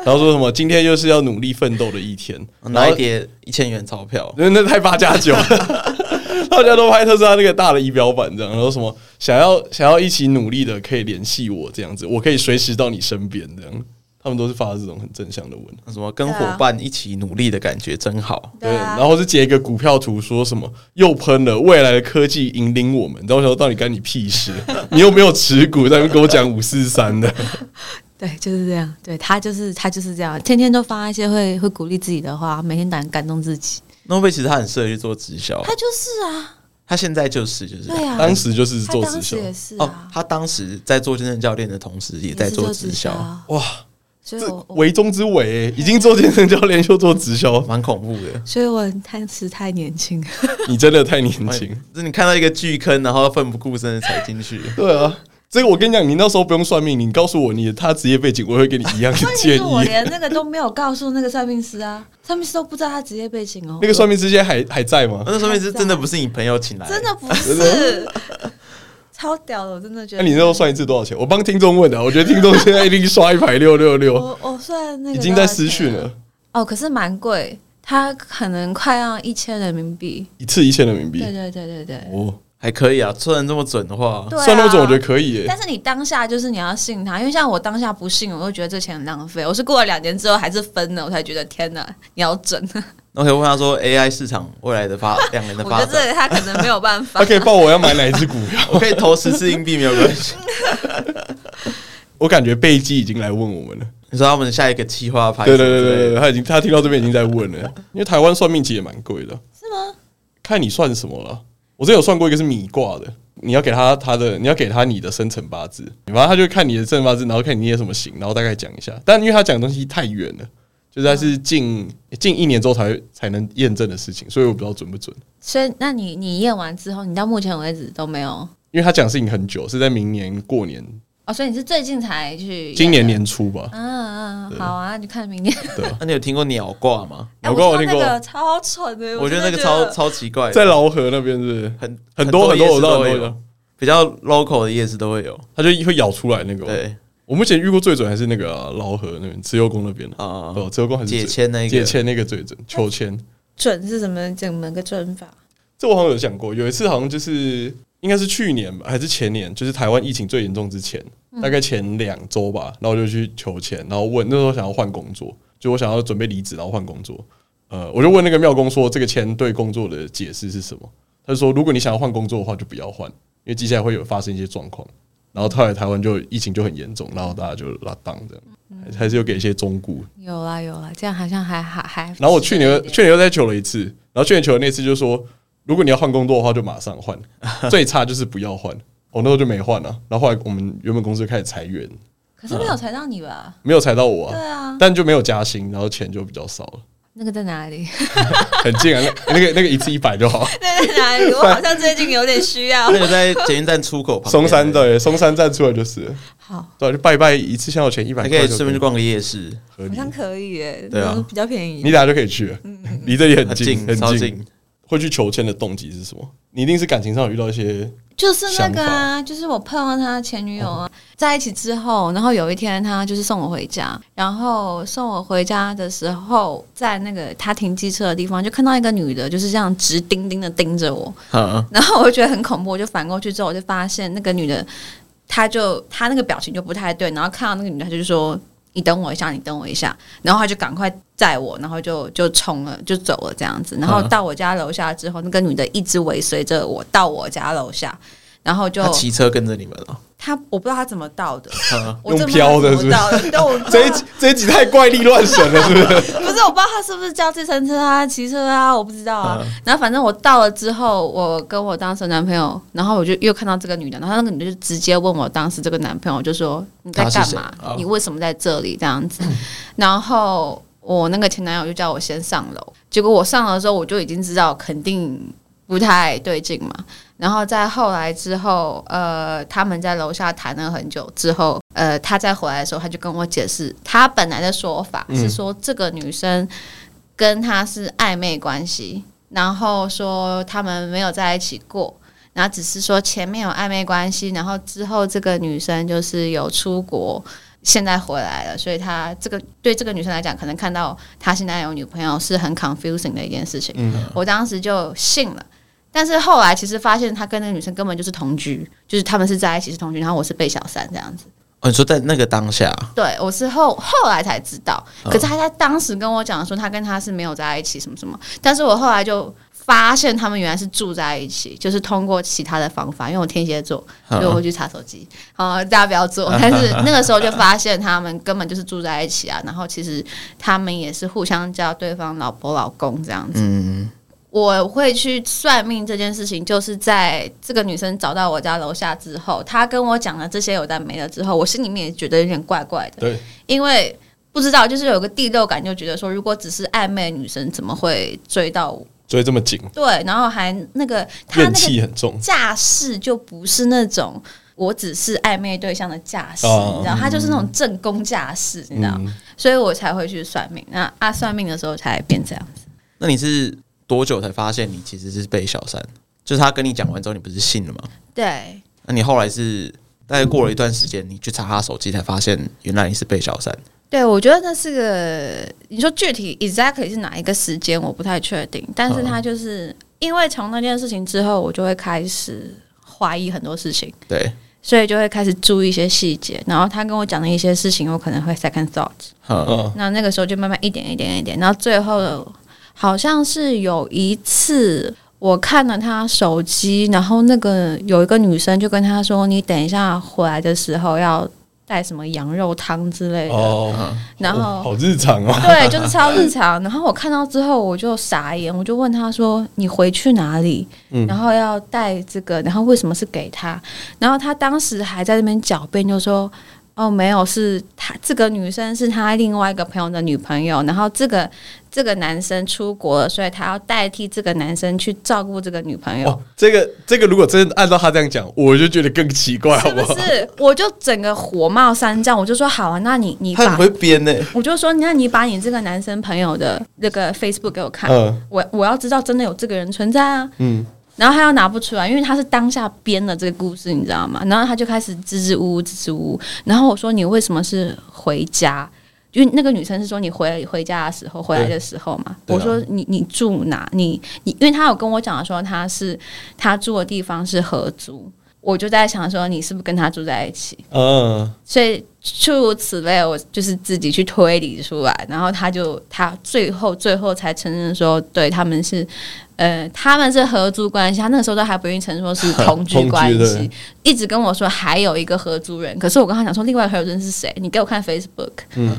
Speaker 2: 然后说什么今天又是要努力奋斗的一天，
Speaker 1: 拿哦一叠一千元钞票，
Speaker 2: 因为那太八加九了。 *laughs* 大家都拍特斯拉那个大的仪表板这样，然后什么想要想要一起努力的可以联系我这样子，我可以随时到你身边这样。他们都是发这种很正向的文，
Speaker 1: 什么跟伙伴一起努力的感觉真
Speaker 3: 啊
Speaker 1: 好。
Speaker 2: 对，然后是截一个股票图，说什么又喷了，未来的科技引领我们。然后我想说到底干你屁事？你又没有持股，在那边跟我讲五四三的，
Speaker 3: 对，就是这样。对他就是他就是这样，天天都发一些会会鼓励自己的话，每天感感动自己。
Speaker 1: 诺贝其实他很适合去做直销，
Speaker 3: 他就是啊，
Speaker 1: 他现在就是就是
Speaker 3: 对
Speaker 2: 哦
Speaker 3: 啊，
Speaker 2: 当时就是
Speaker 3: 他
Speaker 2: 做直
Speaker 3: 当
Speaker 2: 销
Speaker 3: 时，也是
Speaker 1: 哦
Speaker 3: 啊，，
Speaker 1: 他当时在做健身教练的同时，也
Speaker 3: 也
Speaker 1: 在
Speaker 3: 是做
Speaker 1: 直
Speaker 3: 销
Speaker 1: 销，
Speaker 3: 啊，
Speaker 2: 哇，
Speaker 3: 所以
Speaker 2: 这
Speaker 3: 我我
Speaker 2: 为中之为、已经做健身教练又做直销，
Speaker 1: 蛮恐怖的。
Speaker 3: 所以我当时太年轻了。
Speaker 2: 你真的太年轻。
Speaker 1: 就是你看到一个巨坑，然后奋不顾身的踩进去，
Speaker 2: 对啊，这个我跟你讲，你那时候不用算命，你告诉我你的他职业背景，我会给你一样的
Speaker 3: *laughs* 问题
Speaker 2: 建
Speaker 3: 是我
Speaker 2: 议。
Speaker 3: 连那个都没有告诉那个算命师啊，算命师都不知道他职业背景哦。
Speaker 2: 那个算命师现在还还在吗？
Speaker 1: 那说明是真的不是你朋友请来，
Speaker 3: 真的
Speaker 2: *laughs*
Speaker 3: 不是， *laughs* 超屌的，我真的觉
Speaker 2: 那、
Speaker 3: 得。
Speaker 2: 你那时候算一次多少钱？我帮听众问的、啊，我觉得听众现在一定刷一排六六六，
Speaker 3: 我我算那个
Speaker 2: 哦已经在私讯了，
Speaker 3: 哦，可是蛮贵，他可能快要一千人民币。
Speaker 2: 一次一千人民币
Speaker 3: 对。对对对对，
Speaker 2: 哦，
Speaker 1: 还可以啊。算这么准的话，
Speaker 3: 对啊
Speaker 2: 算那么准，我觉得可以耶、
Speaker 3: 但是你当下就是你要信他，因为像我当下不信，我就觉得这钱很浪费。我是过了两年之后还是分了，我才觉得天哪，你要准。
Speaker 1: 那可以问他
Speaker 3: *laughs*
Speaker 1: 说 AI 市场未来的发两年的
Speaker 3: 我
Speaker 1: 发
Speaker 3: 觉得这
Speaker 1: 展，
Speaker 3: 个他可能没有办
Speaker 2: *laughs*
Speaker 3: 法
Speaker 2: 他。可以报我要买哪一只股票。 *laughs*
Speaker 1: 我可以投十次硬币没有关系。
Speaker 2: 我感觉贝基已经来问我们了。
Speaker 1: 你说他们下一个计划拍什
Speaker 2: 对
Speaker 1: 么
Speaker 2: 对对
Speaker 1: 之类的
Speaker 2: 对对，他已经他听到这边已经在问了，因为台湾算命其实也蛮贵的。
Speaker 3: 是吗？
Speaker 2: 看你算什么了。我之前有算过一个是米卦的，你要给他他的，你要给他你的生辰八字，反正他就看你的生辰八字，然后看你捏什么形，然后大概讲一下。但因为他讲的东西太远了，就是他
Speaker 3: 嗯
Speaker 2: 是近近一年之后才会才能验证的事情，所以我不知道准不准。
Speaker 3: 所以，那你你验完之后，你到目前为止都没有
Speaker 2: 因为他讲的事情很久，是在明年过年，
Speaker 3: 哦，所以你是最近才去？
Speaker 2: 今年。年初吧。
Speaker 3: 嗯嗯，好啊，那就看明年。
Speaker 2: 对啊，
Speaker 1: 那你有听过鸟卦吗？
Speaker 3: 哎
Speaker 2: 我跟我
Speaker 3: 知
Speaker 2: 听
Speaker 3: 道
Speaker 2: 过
Speaker 3: 那，个超蠢的，
Speaker 1: 我觉得那
Speaker 3: 真
Speaker 1: 个
Speaker 3: 的
Speaker 1: 超超奇怪的，
Speaker 2: 在劳河那边是不是
Speaker 1: 很
Speaker 2: 很多很多
Speaker 1: 夜市
Speaker 2: 我知道
Speaker 1: 都
Speaker 2: 很
Speaker 1: 会
Speaker 2: 多
Speaker 1: 有，比较 local 的夜市都会有。
Speaker 2: 他就会咬出来那个。，
Speaker 1: 对
Speaker 2: 我目前遇过最准还是那个啊劳河那边慈幼宫那边的，
Speaker 1: 啊，
Speaker 2: 哦，慈幼宫还是
Speaker 1: 解
Speaker 2: 最
Speaker 1: 签那个
Speaker 2: 解签那个最准，求签。
Speaker 3: 准是什么？怎么个准法？
Speaker 2: 这我好像有讲过，有一次好像就是应该是去年吧，还是前年，就是台湾疫情最严重之前，大概前两周吧，然后我就去求签，然后问那时候想要换工作，就我想要准备离职，然后换工作。呃，我就问那个庙公说，这个签对工作的解释是什么？他就说，如果你想要换工作的话，就不要换，因为接下来会有发生一些状况。然后后来台湾就疫情就很严重，然后大家就拉档这样，还还是有给一些忠顾
Speaker 3: 有啦有啦，这样好像还还还。
Speaker 2: 然后我去年又
Speaker 3: 对
Speaker 2: 去年又再求了一次，然后去年求的那次就说，如果你要换工作的话，就马上
Speaker 3: *laughs*
Speaker 2: 换，最差就是不要换。我那时候就没换啊，然后后来我们原本公司就开始裁员，
Speaker 3: 可是没有裁到你吧？
Speaker 2: 没有裁到我
Speaker 3: 对
Speaker 2: 啊，
Speaker 3: 啊，
Speaker 2: 但就没有加薪，然后钱就比较少了，
Speaker 3: 那个在哪里？
Speaker 2: 很近啊，那那个那个一次一百
Speaker 1: *laughs*
Speaker 2: 就好。
Speaker 3: 那个 *laughs* 在哪 *laughs* 里？我好像最近有点需要
Speaker 1: 那。个在捷运站出口旁边，
Speaker 2: 松山，对，松山站出来就是了，
Speaker 3: 好，
Speaker 2: 对啊，就拜拜一次，像我钱一百
Speaker 1: 还
Speaker 2: 块
Speaker 1: 可
Speaker 2: 就可
Speaker 1: 以
Speaker 2: 以，
Speaker 1: 顺便去逛个夜市，
Speaker 2: 合
Speaker 3: 好
Speaker 2: 理。
Speaker 3: 像可嗯以耶，
Speaker 1: 对啊
Speaker 3: 那种比较便宜
Speaker 2: 你。等下就可以去了，离这里很
Speaker 1: 很
Speaker 2: 近，
Speaker 1: 近，
Speaker 2: 很
Speaker 1: 超
Speaker 2: 近。
Speaker 1: 近。
Speaker 2: 会去求签的动机是什么？你一定是感情上有遇到一些
Speaker 3: 就是那个啊，就是我碰到他前女友啊，
Speaker 2: 哦
Speaker 3: 在一起之后，然后有一天他就是送我回家，然后送我回家的时候，在那个他停机车的地方，就看到一个女的，就是这样直盯盯的盯着我，
Speaker 1: 嗯，
Speaker 3: 然后我就觉得很恐怖，我就反过去之后，我就发现那个女的，她就她那个表情就不太对，然后看到那个女的，她就说：“你等我一下，你等我一下。”然后她就赶快载我，然后就就冲了，就走了这样子。然后
Speaker 1: 嗯
Speaker 3: 到我家楼下之后，那个女的一直尾随着我到我家楼下。然后就
Speaker 1: 他骑车跟着你们哦了、
Speaker 3: 他我不知道他怎么到的，
Speaker 1: 啊，
Speaker 3: 我真不知
Speaker 2: 嗯用飘
Speaker 3: 道
Speaker 2: 的
Speaker 3: 他怎么到的，但我不知道
Speaker 2: 这一集这一集太怪力乱神了，是不
Speaker 1: *laughs*
Speaker 2: 是？
Speaker 3: *laughs* 不是，我不知道他是不是叫计程车啊、骑车啊，我不知道啊。
Speaker 1: 嗯
Speaker 3: 然后反正我到了之后，我跟我当时的男朋友，然后我就又看到这个女的，然后那个女的就直接问我当时这个男朋友，就说你在
Speaker 1: 他
Speaker 3: 干
Speaker 1: 是谁
Speaker 3: 嘛？
Speaker 1: 哦
Speaker 3: 你为什么在这里？这样子。然后我那个前男友就叫我先上楼，结果我上楼的时候，我就已经知道肯定不太对劲嘛。然后再后来之后，呃，他们在楼下谈了很久之后，呃，他再回来的时候，他就跟我解释，他本来的说法是说这个女生跟他是暧昧关系，然后说他们没有在一起过。然后只是说前面有暧昧关系，然后之后这个女生就是有出国，现在回来了，所以她这个对这个女生来讲，可能看到她现在有女朋友是很 confusing 的一件事情。我当时就信了。但是后来其实发现，他跟那个女生根本就是同居，就是他们是在一起是同居，然后我是被小三这样子。
Speaker 1: 哦，你说在那个当下，啊
Speaker 3: 对我是后后来才知道，
Speaker 1: 嗯
Speaker 3: 可是他在当时跟我讲说他跟他是没有在一起什么什么，但是我后来就发现他们原来是住在一起，就是通过其他的方法，因为我天蝎座，所以我会去查手机，啊、大家不要做。但是那个时候就发现他们根本就是住在一起啊，然后其实他们也是互相叫对方老婆老公这样子。
Speaker 1: 嗯，
Speaker 3: 我会去算命这件事情，就是在这个女生找到我家楼下之后，她跟我讲了这些有的没的之后，我心里面也觉得有点怪怪的。
Speaker 2: 对，
Speaker 3: 因为不知道，就是有个第六感，就觉得说，如果只是暧昧的女生，怎么会追到我？
Speaker 2: 追这么紧，
Speaker 3: 对，然后还那个她
Speaker 2: 怨
Speaker 3: 那个
Speaker 2: 气很重。
Speaker 3: 架势就不是那种我只是暧昧对象的架势，
Speaker 2: 哦
Speaker 3: 你知道，她就是那种正宫架势，你知道，
Speaker 2: 嗯，
Speaker 3: 所以我才会去算命。那啊，算命的时候才变这样。
Speaker 1: 那你是多久才发现你其实是被小三？就是他跟你讲完之后，你不是信了吗？
Speaker 3: 对，
Speaker 1: 那你后来是大概过了一段时间，你去查他手机，才发现原来你是被小三。
Speaker 3: 对，我觉得那是个，你说具体 exactly 是哪一个时间，我不太确定。但是他就是、因为从那件事情之后，我就会开始怀疑很多事情，
Speaker 1: 对，
Speaker 3: 所以就会开始注意一些细节。然后他跟我讲的一些事情，我可能会 second thought。
Speaker 1: 嗯，
Speaker 2: 嗯，
Speaker 3: 那那个时候就慢慢一点一点一点，然后最后好像是有一次我看了他手机，然后那个有一个女生就跟他说：“你等一下回来的时候要带什么羊肉汤之类的。
Speaker 2: 哦，
Speaker 3: 然后、
Speaker 2: 好日常哦，
Speaker 3: 对，就是超日常。然后我看到之后，我就傻眼，我就问他说：“你回去哪里？然后要带这个，然后为什么是给他？”然后他当时还在那边狡辩，就说：“哦，没有，是他这个女生是他另外一个朋友的女朋友，然后这个这个男生出国了，所以他要代替这个男生去照顾这个女朋友。
Speaker 2: 哦，这个这个，如果真的按照他这样讲，我就觉得更奇怪，好
Speaker 3: 是
Speaker 2: 不
Speaker 3: 不
Speaker 2: 好？
Speaker 3: 是？我就整个火冒三丈，我就说好啊，那你你
Speaker 1: 他很
Speaker 2: *laughs*
Speaker 3: 把，
Speaker 1: 会编呢、
Speaker 3: 我就说那你把你这个男生朋友的那个 Facebook 给我看，
Speaker 2: 嗯
Speaker 3: 我我要知道真的有这个人存在啊。
Speaker 2: 嗯，
Speaker 3: 然后他又拿不出来，因为他是当下编的这个故事，你知道吗？然后他就开始支支吾吾，支支吾吾。然后我说你为什么是回家？因为那个女生是说你回回家的时候，回来的时候嘛。
Speaker 2: 对啊
Speaker 3: 我说你你住哪？你你，因为他有跟我讲说他是他住的地方是合租，我就在想说你是不是跟他住在一起？
Speaker 2: 嗯，
Speaker 3: 所以诸如此类，我就是自己去推理出来，然后他就他最后最后才承认说，对他们是，呃，他们是合租关系，他那个时候都还不愿意承认说是同居
Speaker 2: *laughs* 同居
Speaker 3: 关系
Speaker 2: 对，
Speaker 3: 一直跟我说还有一个合租人，可是我跟他讲说，另外一个合租人是谁？你给我看 Facebook，、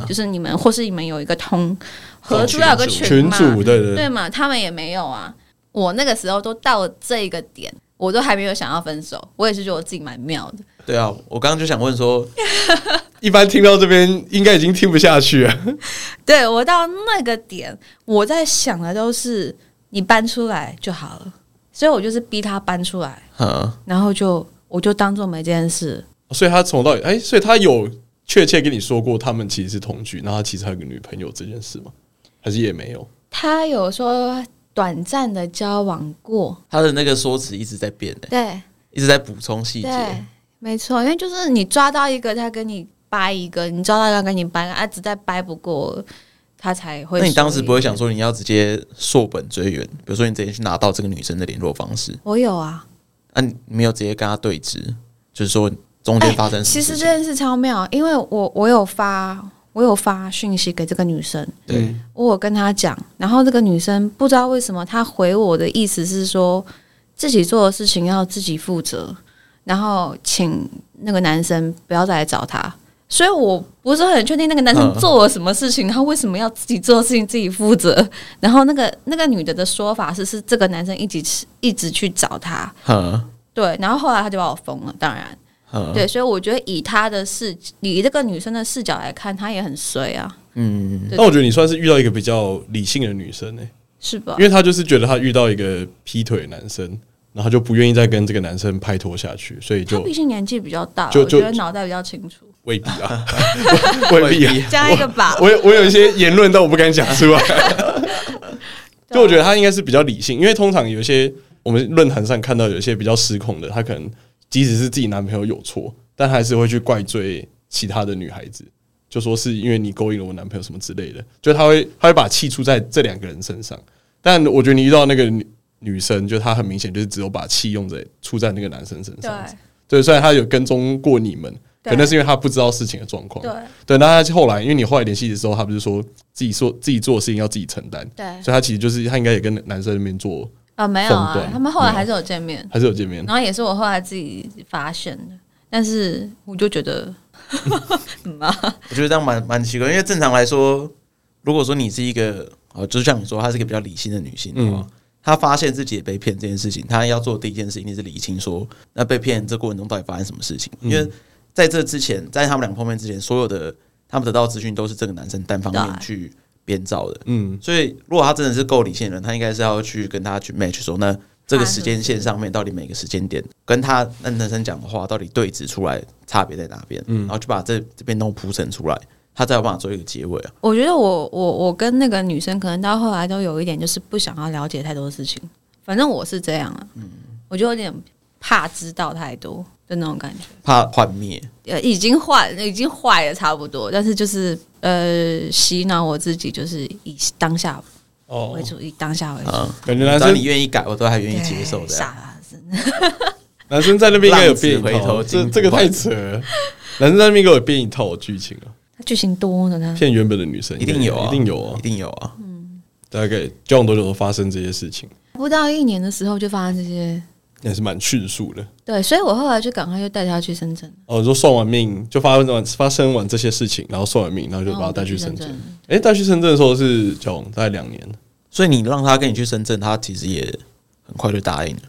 Speaker 3: 就是
Speaker 2: 嗯
Speaker 3: 你们或是你们有一个通合租要有个
Speaker 2: 群
Speaker 3: 嘛，
Speaker 2: 主对对对，
Speaker 3: 对嘛？他们也没有啊。我那个时候都到了这个点，我都还没有想要分手，我也是觉得我自己蛮妙的。
Speaker 1: 对啊，我刚刚就想问说，
Speaker 2: 一般听到这边应该已经听不下去了。 *laughs*
Speaker 3: 对我到那个点，我在想的都是你搬出来就好了，所以我就是逼他搬出来，
Speaker 1: 嗯，
Speaker 3: 然后就我就当做没这件事。
Speaker 2: 所以他从头到尾，哎、所以他有确切跟你说过他们其实是同居，然后他其实还有个女朋友这件事吗？还是也没有？
Speaker 3: 他有说短暂的交往过，
Speaker 1: 他的那个说辞一直在变呢、
Speaker 3: 对
Speaker 1: 一直在补充细
Speaker 3: 对
Speaker 1: 节。，
Speaker 3: 没错，因为就是你抓到一个，他跟你掰一个，你抓到一个跟你掰，啊，只在掰不过，他才会。
Speaker 1: 那你当时不会想？说你要直接溯本追源，比如说你直接去拿到这个女生的联络方式，
Speaker 3: 我有啊，
Speaker 1: 啊，你没有直接跟她对峙，就是说中间发生什
Speaker 3: 哎其
Speaker 1: 么
Speaker 3: 实
Speaker 1: 事
Speaker 3: 这
Speaker 1: 情？
Speaker 3: 件事超妙，因为我我有发我有发讯息给这个女生，
Speaker 1: 对，
Speaker 3: 我有跟她讲，然后这个女生不知道为什么她回我的意思是说自己做的事情要自己负责，然后请那个男生不要再来找他。所以我不是很确定那个男生
Speaker 1: 嗯
Speaker 3: 做了什么事情，他为什么要自己做事情自己负责。然后那个那个女的的说法是，是这个男生一直一直去找她，
Speaker 1: 哼
Speaker 3: 对。然后后来他就把我封了，当然，
Speaker 2: 嗯
Speaker 1: 哼，
Speaker 3: 对。所以我觉得以他的视，以这个女生的视角来看，她也很衰啊，
Speaker 1: 嗯，
Speaker 2: 那我觉得你算是遇到一个比较理性的女生呢、欸
Speaker 3: 是吧
Speaker 2: 因？为她就是觉得她遇到一个劈腿的男生，然后她就不愿意再跟这个男生拍拖下去，所以
Speaker 3: 她
Speaker 2: 就
Speaker 3: 毕竟年纪比较大，
Speaker 2: 就
Speaker 3: 我觉
Speaker 2: 就
Speaker 3: 得脑袋比较清楚，
Speaker 2: 未必啊， *laughs* 未必啊。
Speaker 3: 加一个吧。
Speaker 2: 我有我有一些言论，但我不敢讲出
Speaker 3: *laughs*
Speaker 2: 来。
Speaker 3: 对啊
Speaker 2: 就我觉得他应该是比较理性，因为通常有一些我们论坛上看到有一些比较失控的，他可能即使是自己男朋友有错，但还是会去怪罪其他的女孩子，就说是因为你勾引了我男朋友什么之类的，就他会他会把气出在这两个人身上。但我觉得你遇到那个女女生，就她很明显就是只有把气用在出在那个男生身
Speaker 3: *laughs* 对
Speaker 2: 上。对，虽然她有跟踪过你们，
Speaker 3: 对
Speaker 2: 可能是因为她不知道事情的状况。
Speaker 3: 对
Speaker 2: 对，那他后来，因为你后来联系的时候，他不是说自己说自己做的事情要自己承担，
Speaker 1: 嗯
Speaker 3: 对，
Speaker 2: 所以他其实就是他应该也跟男生那边做，
Speaker 3: 啊，没有
Speaker 2: 缝
Speaker 3: 啊，
Speaker 2: 段
Speaker 3: 他们后来还是有见面，
Speaker 2: 还是有见面。
Speaker 3: 然后也是我后来自己发现的，但是我就觉得，嗯啊，
Speaker 1: 我觉得这样蛮蛮奇怪，因为正常来说，如果说你是一个哦，就是像你说，她是一个比较理性的女性的话，她发现自己也被骗这件事情，她要做的第一件事情一定是理清说，那被骗这过程中到底发生什么事情？因为在这之前，在他们两个碰面之前，所有的他们得到的资讯都是这个男生单方面
Speaker 3: 对
Speaker 1: 去编造的。
Speaker 2: 嗯，
Speaker 1: 所以，如果他真的是够理性的人，他应该是要去跟他去 match 说，那这个时间线上面到底每个时间点跟他那男生讲的话到底对峙出来差别在哪边，
Speaker 2: 嗯
Speaker 1: 然后就把这这边弄铺陈出来，他才有办法做一个结尾啊。
Speaker 3: 我觉得我我我跟那个女生可能到后来都有一点就是不想要了解太多事情，反正我是这样啊，
Speaker 2: 嗯
Speaker 3: 我就有点怕知道太多的那种感觉。
Speaker 1: 怕幻灭，
Speaker 3: 呃，已经坏，已经坏了差不多，但是就是呃，洗脑我自己，就是以当下
Speaker 2: 哦
Speaker 3: 为主，以当下为主。
Speaker 1: 啊，
Speaker 2: *laughs* 感觉男
Speaker 1: 只要
Speaker 2: 生
Speaker 1: 你愿意改，我都还愿意接受
Speaker 3: 对
Speaker 1: 的
Speaker 3: 傻
Speaker 1: 啊。
Speaker 3: 啊真的
Speaker 2: 男生在那边应该有编
Speaker 1: 浪
Speaker 2: 一
Speaker 1: 子回头
Speaker 2: 套，这
Speaker 1: 金
Speaker 2: 这个
Speaker 1: 不
Speaker 2: 太
Speaker 1: 换
Speaker 2: 扯了。男生在那边给我编一套剧情啊，
Speaker 3: 他剧情多呢，他
Speaker 2: 骗原本的女生
Speaker 1: 一定有啊，
Speaker 2: 一定有啊
Speaker 1: 一，定有啊！
Speaker 2: 大概交往多久都发生这些事情，
Speaker 3: 不到一年的时候就发生这些。
Speaker 2: 也是蛮迅速的。
Speaker 3: 对，所以我后来就赶快就带他去深圳，
Speaker 2: 哦，你说算完命就发生完发生完这些事情，然后算完命，然后就
Speaker 3: 然
Speaker 2: 把
Speaker 3: 后
Speaker 2: 他
Speaker 3: 我
Speaker 2: 带
Speaker 3: 就
Speaker 2: 去
Speaker 3: 去
Speaker 2: 深
Speaker 1: 哦
Speaker 3: 深
Speaker 2: 圳
Speaker 3: 圳。
Speaker 2: 诶，带去深圳的时候是交往大概两年，
Speaker 1: 所以你让他跟你去深圳，他其实也很快就答应了。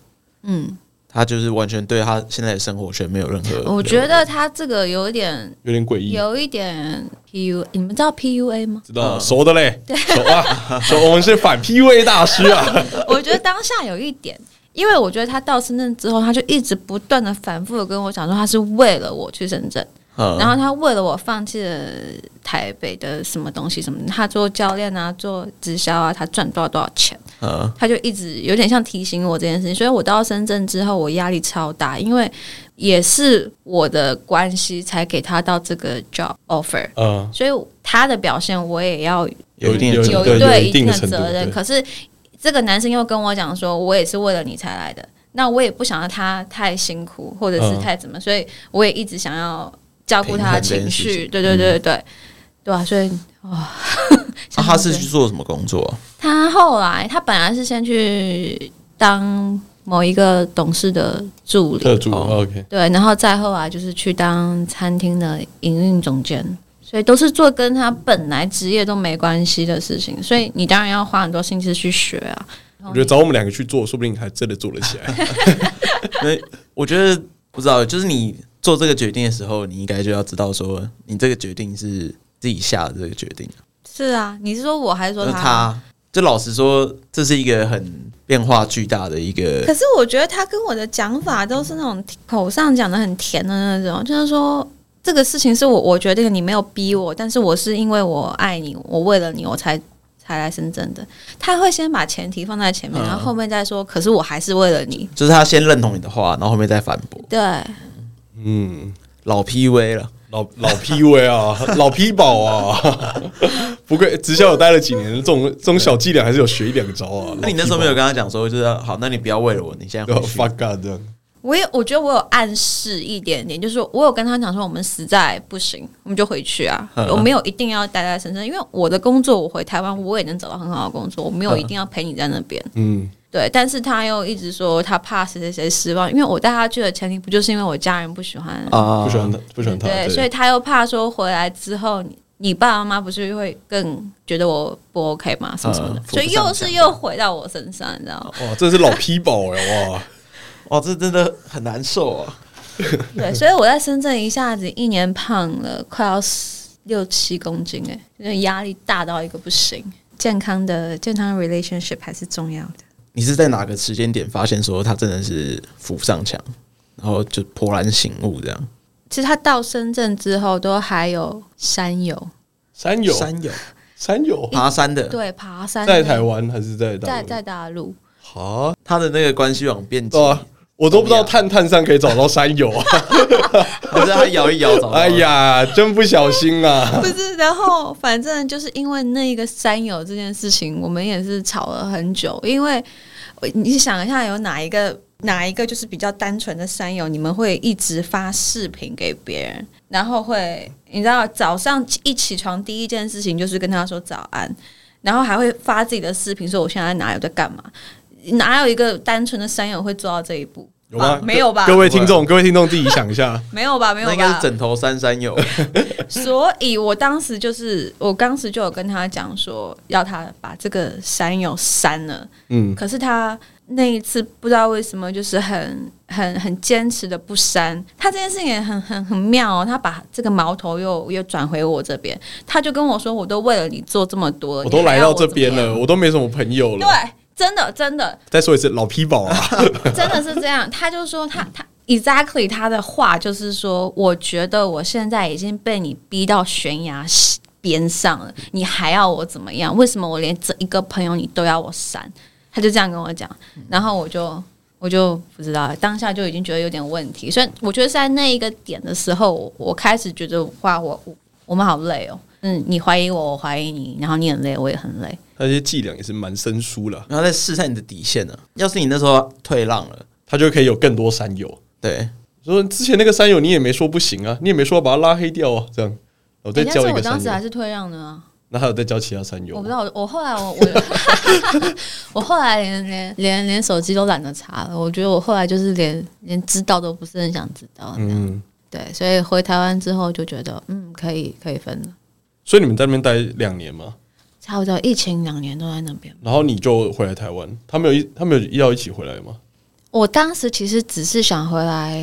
Speaker 3: 嗯，
Speaker 1: 他就是完全对他现在的生活圈没有任何，
Speaker 3: 我觉得他这个有一点，
Speaker 2: 有点诡异。
Speaker 3: 有一点 PU，你们知道 PUA 吗？
Speaker 2: 知道、熟的嘞，熟啊，熟，我们是反 PUA 大师啊，
Speaker 3: 我觉得当下有一点，因为我觉得他到深圳之后，他就一直不断的反复的跟我讲说，他是为了我去深圳，
Speaker 1: 嗯，
Speaker 3: 然后他为了我放弃了台北的什么东西什么的，他做教练啊，做直销啊，他赚多少多少钱，
Speaker 1: 嗯，
Speaker 3: 他就一直有点像提醒我这件事情，所以我到深圳之后，我压力超大，因为也是我的关系才给他到这个 job offer，
Speaker 2: 嗯，
Speaker 3: 所以他的表现我也要
Speaker 1: 有一定的
Speaker 2: 有
Speaker 1: 程
Speaker 3: 有
Speaker 1: 度
Speaker 2: 对
Speaker 3: 对
Speaker 2: 一定的
Speaker 3: 的
Speaker 2: 程度
Speaker 3: 责任。
Speaker 2: 对
Speaker 3: 可是这个男生又跟我讲说，我也是为了你才来的，那我也不想让他太辛苦，或者是
Speaker 2: 嗯
Speaker 3: 太怎么，所以我也一直想要照顾他的
Speaker 1: 平衡这件
Speaker 3: 情
Speaker 1: 事
Speaker 3: 绪。
Speaker 1: 情嗯
Speaker 3: 对对对对对，对啊，所以
Speaker 1: 啊
Speaker 3: 哇， *laughs*
Speaker 1: 他是去做什么工作啊？
Speaker 3: 他后来他本来是先去当某一个董事的助理，
Speaker 2: 特助
Speaker 1: 哦
Speaker 2: ，OK，
Speaker 3: 对，然后再后来就是去当餐厅的营运总监，所以都是做跟他本来职业都没关系的事情，所以你当然要花很多心思去学啊。
Speaker 2: 我觉得找我们两个去做，说不定还真的做得起来。
Speaker 1: 那我觉得不知道，就是你做这个决定的时候，你应该就要知道说，你这个决定是自己下的这个决定。
Speaker 3: 是啊，你是说我还是说
Speaker 1: 那他就老实说，这是一个很变化巨大的一个
Speaker 3: 可是我觉得他跟我的讲法都是那种口上讲的很甜的那种，就是说这个事情是我我决定的，你没有逼我，但是我是因为我爱你，我为了你我才才来深圳的。他会先把前提放在前面，
Speaker 1: 嗯
Speaker 3: 然后后面再说，可是我还是为了你。
Speaker 1: 就是他先认同你的话，然后后面再反驳，
Speaker 3: 对，
Speaker 2: 嗯，
Speaker 1: 老 PUA 了。
Speaker 2: 老老 PUA 啊， *laughs* 老 P 宝啊， *laughs* 不愧直销有待了几年，这种这种小伎俩还是有学一两招啊。
Speaker 1: 那你那时候没有跟他讲说，就是好，那你不要为了我，你现在回
Speaker 2: 然后
Speaker 1: 去
Speaker 2: fuck God 这样，
Speaker 3: 我也我觉得我有暗示一点点，就是说我有跟他讲说我们实在不行，我们就回去啊，
Speaker 1: 嗯
Speaker 3: 我没有一定要待在深圳，因为我的工作我回台湾我也能找到很好的工作，我没有一定要陪你在那边。
Speaker 2: 嗯，
Speaker 3: 对，但是他又一直说他怕谁谁谁失望，因为我带他去的前提不就是因为我家人不喜欢
Speaker 1: 啊
Speaker 2: 不喜欢他，不喜欢他，
Speaker 3: 对，所以他又怕说回来之后，你你爸爸妈妈不是会更觉得我不 OK 吗？什么什么的，
Speaker 1: 嗯
Speaker 3: 所以又是又回到我身上，你知道吗？
Speaker 2: 哇，真的是老批宝哎，哇，
Speaker 1: 哦，这真的很难受啊！
Speaker 3: 对，所以我在深圳一下子一年胖了快要10六七公斤、欸，哎，那压力大到一个不行。健康的健康的 relationship 还是重要的。
Speaker 1: 你是在哪个时间点发现说他真的是扶不上墙，然后就勃然醒悟这样？
Speaker 3: 其实他到深圳之后都还有山友，
Speaker 2: 山友，
Speaker 1: 山友
Speaker 2: 山友，
Speaker 1: 爬山的，
Speaker 3: 对，爬山
Speaker 2: 在台，湾还是在大
Speaker 3: 在
Speaker 2: 陆？
Speaker 3: 在大陆，
Speaker 2: 啊，
Speaker 1: 他的那个关系网变紧，
Speaker 2: 对啊，我都不知道探探上可以找到山友啊！
Speaker 1: 可是他摇一
Speaker 3: 哦
Speaker 1: 摇，找到
Speaker 2: 哎，呀，真不小心啊！
Speaker 3: 不是，然后反正就是因为那个山友这件事情，我们也是吵了很久。因为呃你想一下，有哪一个哪一个就是比较单纯的山友，你们会一直发视频给别人，然后会你知道早上一起床第一件事情就是跟他说早安，然后还会发自己的视频说我现在哪有在干嘛。哪有一个单纯的山友会做到这一步？
Speaker 2: 有吗？
Speaker 3: 啊没有吧
Speaker 2: 各位听众，各位听众自己想一下，
Speaker 3: 没有吧？没有
Speaker 1: 那
Speaker 3: 吧？
Speaker 1: 应该是枕头山山友，
Speaker 3: 所以我当时就是，我当时就有跟他讲说，要他把这个山友删了。
Speaker 2: 嗯，
Speaker 3: 可是他那一次不知道为什么，就是很很很坚持的不删。他这件事情也很很很妙哦，他把这个矛头又又转回我这边，他就跟我说，我都为了你做这么多，
Speaker 2: 我
Speaker 3: 你
Speaker 2: 都
Speaker 3: 还
Speaker 2: 来
Speaker 3: 要
Speaker 2: 到
Speaker 3: *laughs* 我
Speaker 2: 这
Speaker 3: 怎么
Speaker 2: 边
Speaker 3: 样
Speaker 2: 了，。我都没什么朋友
Speaker 3: 对
Speaker 2: 了。，
Speaker 3: 真的真的，
Speaker 2: 再说一次，老批宝
Speaker 3: *laughs*
Speaker 2: 啊！
Speaker 3: 真的是这样。他就说他他 exactly 他的话就是说，我觉得我现在已经被你逼到悬崖边上了，你还要我怎么样？为什么我连这一个朋友你都要我删？他就这样跟我讲，然后我就。我就不知道，当下就已经觉得有点问题，所以我觉得是在那一个点的时候，我我开始觉得哇，我我我们好累哦，嗯，你怀疑我，我怀疑你，然后你很累，我也很累，
Speaker 2: 那些伎俩也是蛮生疏了，
Speaker 1: 然后再试探你的底线呢、要是你那时候退让了，
Speaker 2: 他就可以有更多山友。
Speaker 1: 对，
Speaker 2: 说之前那个山友你也没说不行啊，你也没说要把他拉黑掉啊，这样。我再
Speaker 3: 人家
Speaker 2: 交
Speaker 3: 是
Speaker 2: 一
Speaker 3: 我
Speaker 2: 个
Speaker 3: 当
Speaker 2: 山
Speaker 3: 时还
Speaker 2: 友，
Speaker 3: 是退让的啊。
Speaker 2: 那还有再交其他山
Speaker 3: 我
Speaker 2: 友
Speaker 3: 不知，道，我我后来我我 *laughs* 我后来连连连连手机都懒得查了。我觉得我后来就是连连知道都不是很想知道。
Speaker 2: 嗯，
Speaker 3: 对，所以回台湾之后就觉得，嗯，可以可以分了。
Speaker 2: 所以你们在那边待两年嘛，
Speaker 3: 差不多疫情两年都在那边。
Speaker 2: 然后你就回来台湾，他们有一他们有要一起回来吗？
Speaker 3: 我当时其实只是想回来，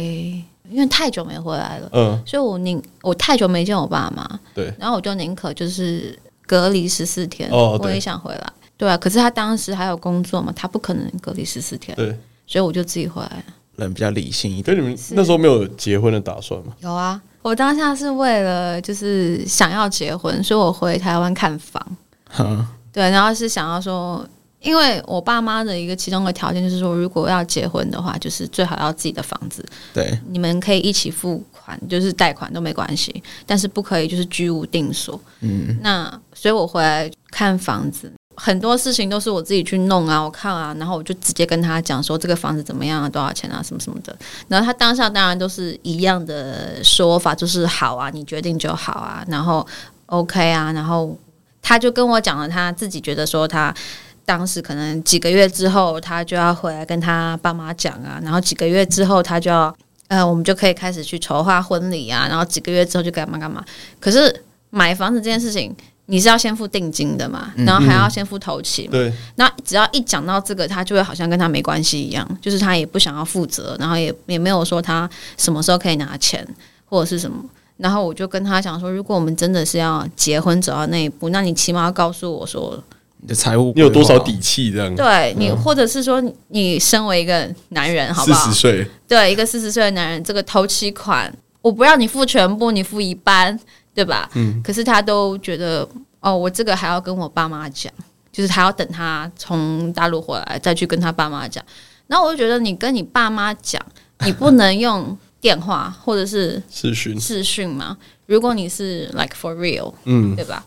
Speaker 3: 因为太久没回来了，
Speaker 2: 嗯，
Speaker 3: 所以我宁我太久没见我爸妈，
Speaker 2: 对，
Speaker 3: 然后我就宁可就是隔离十四天，
Speaker 2: 哦对
Speaker 3: 我也想回来。对啊，可是他当时还有工作嘛，他不可能隔离十四天，
Speaker 2: 对，
Speaker 3: 所以我就自己回来。
Speaker 1: 人比较理性一点。
Speaker 2: 可是你们
Speaker 3: 是
Speaker 2: 那时候没有结婚的打算吗？
Speaker 3: 有啊，我当下是为了就是想要结婚，所以我回台湾看房。
Speaker 1: 哼
Speaker 3: 对，然后是想要说，因为我爸妈的一个其中的条件就是说，如果要结婚的话，就是最好要自己的房子，
Speaker 1: 对，
Speaker 3: 你们可以一起付款，就是贷款都没关系，但是不可以就是居无定所。
Speaker 1: 嗯，
Speaker 3: 那所以我回来看房子。很多事情都是我自己去弄啊，我看啊，然后我就直接跟他讲说这个房子怎么样啊，多少钱啊，什么什么的。然后他当下当然都是一样的说法，就是好啊，你决定就好啊，然后 OK 啊，然后他就跟我讲了他自己觉得说他。当时可能几个月之后，他就要回来跟他爸妈讲啊，然后几个月之后，他就要呃，我们就可以开始去筹划婚礼啊，然后几个月之后就干嘛干嘛。可是买房子这件事情，你是要先付定金的嘛，然后还要先付头期嘛，
Speaker 2: 对，
Speaker 3: 那只要一讲到这个，他就会好像跟他没关系一样，就是他也不想要负责，然后也也没有说他什么时候可以拿钱或者是什么。然后我就跟他讲说，如果我们真的是要结婚走到那一步，那你起码要告诉我说，
Speaker 1: 你的财务
Speaker 2: 你有多少
Speaker 1: 规划
Speaker 2: 底气这样？
Speaker 3: 对你，或者是说你你身为一个男人，好不
Speaker 2: 四
Speaker 3: 好
Speaker 2: 十？岁，
Speaker 3: 对，一个四十岁的男人，这个头期款我不让你付全部，你付一半，对吧？嗯。可是他都觉得，哦，我这个还要跟我爸妈讲，就是还要等他从大陆回来再去跟他爸妈讲。然后我就觉得，你跟你爸妈讲，你不能用电话或者是
Speaker 2: 四旬，
Speaker 3: 视讯嘛？如果你是 like for real，
Speaker 2: 嗯，
Speaker 3: 对吧？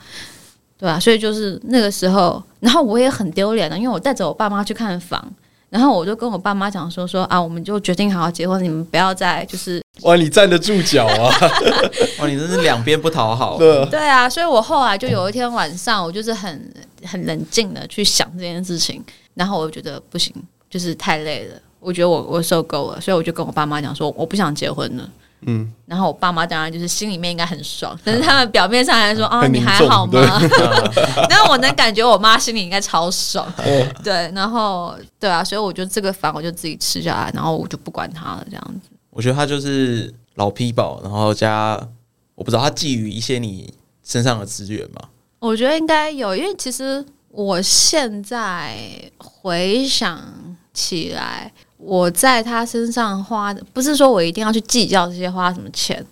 Speaker 3: 对吧、所以就是那个时候，然后我也很丢脸的，因为我带着我爸妈去看房，然后我就跟我爸妈讲说说啊，我们就决定好好结婚，你们不要再就是
Speaker 2: 哇，你站得住脚啊！ *laughs*
Speaker 1: 哇，你真是两边不讨好。
Speaker 2: 对，
Speaker 3: 对啊。所以我后来就有一天晚上，我就是很很冷静的去想这件事情，然后我觉得不行，就是太累了，我觉得我我受够了，所以我就跟我爸妈讲说我不想结婚了。嗯，然后我爸妈当然就是心里面应该很爽，但是他们表面上还说啊
Speaker 2: 嗯很
Speaker 3: 你
Speaker 2: 凝
Speaker 3: 还
Speaker 2: 重
Speaker 3: 好吗
Speaker 2: 对？
Speaker 3: *laughs* 但我能感觉我妈心里应该超爽，对，然后对啊，所以我就这个饭我就自己吃下来，然后我就不管他了，这样子。
Speaker 1: 我觉得他就是老批宝，然后加我不知道他觊觎一些你身上的资源嘛。
Speaker 3: 我觉得应该有，因为其实我现在回想起来，我在他身上花的，不是说我一定要去计较这些花什么钱，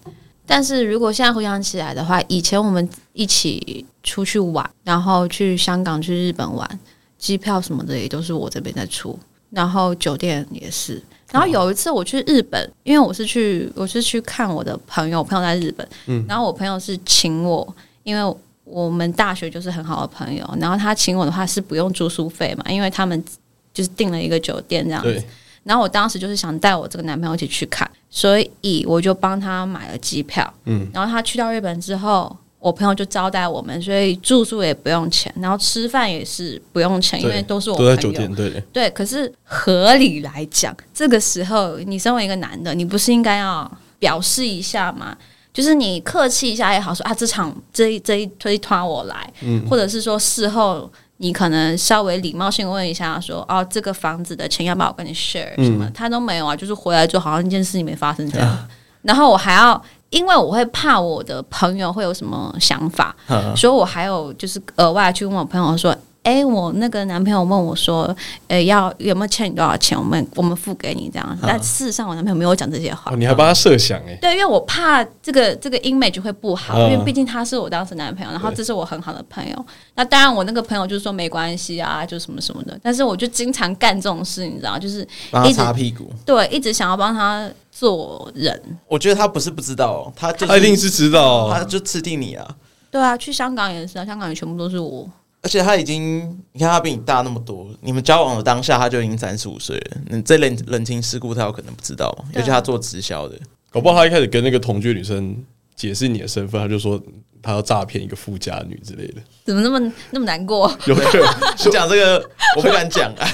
Speaker 3: 但是如果现在回想起来的话，以前我们一起出去玩，然后去香港、去日本玩，机票什么的也都是我这边在出，然后酒店也是。然后有一次我去日本，因为我是去我是去看我的朋友，我朋友在日本，然后我朋友是请我，因为我们大学就是很好的朋友，然后他请我的话是不用住宿费嘛，因为他们就是订了一个酒店这样子
Speaker 2: 对。
Speaker 3: 然后我当时就是想带我这个男朋友一起去看，所以我就帮他买了机票。嗯，然后他去到日本之后，我朋友就招待我们，所以住宿也不用钱，然后吃饭也是不用钱，因为
Speaker 2: 对
Speaker 3: 都是我
Speaker 2: 都
Speaker 3: 朋
Speaker 2: 在酒
Speaker 3: 友。
Speaker 2: 店，对，
Speaker 3: 对，可是合理来讲，这个时候你身为一个男的，你不是应该要表示一下吗？就是你客气一下也好，说啊，这场这一这一推团我来，
Speaker 2: 嗯
Speaker 3: 或者是说事后你可能稍微礼貌性问一下说，哦，这个房子的钱要不要我跟你 share
Speaker 2: 嗯
Speaker 3: 什么？他都没有啊，就是回来就好像一件事情没发生这样。然后我还要，因为我会怕我的朋友会有什么想法，
Speaker 1: 啊
Speaker 3: 所以我还有就是额外去问我朋友说，哎、我那个男朋友问我说，呃，要有没有欠你多少钱？我们我们付给你这样。但事实上，我男朋友没有讲这些话
Speaker 2: 哦，。你还帮他设想哎，
Speaker 3: 对，因为我怕这个这个 image 会不好，
Speaker 2: 嗯
Speaker 3: 因为毕竟他是我当时男朋友，然后这是我很好的朋友。那当然，我那个朋友就说没关系啊，就什么什么的。但是我就经常干这种事，你知道，就是
Speaker 1: 帮他
Speaker 3: 一直
Speaker 1: 擦屁股，
Speaker 3: 对，一直想要帮他做人。
Speaker 1: 我觉得他不是不知道哦，他就是
Speaker 2: 他一定是知道
Speaker 1: 他
Speaker 2: 啊，
Speaker 1: 就吃定你啊！
Speaker 3: 对啊，去香港也是啊，香港也全部都是我。
Speaker 1: 而且他已经，你看他比你大那么多，你们交往的当下他就已经三十五岁了，你这人人情世故他有可能不知道嘛？
Speaker 3: 对
Speaker 1: 尤
Speaker 3: 啊
Speaker 1: 其他做直销的， *laughs*
Speaker 2: 搞不好他一开始跟那个同居女生解释你的身份，他就说他要诈骗一个富家女之类的，
Speaker 3: 怎么那么那么难过？
Speaker 2: 有可能
Speaker 1: 你讲这个我不敢讲啊，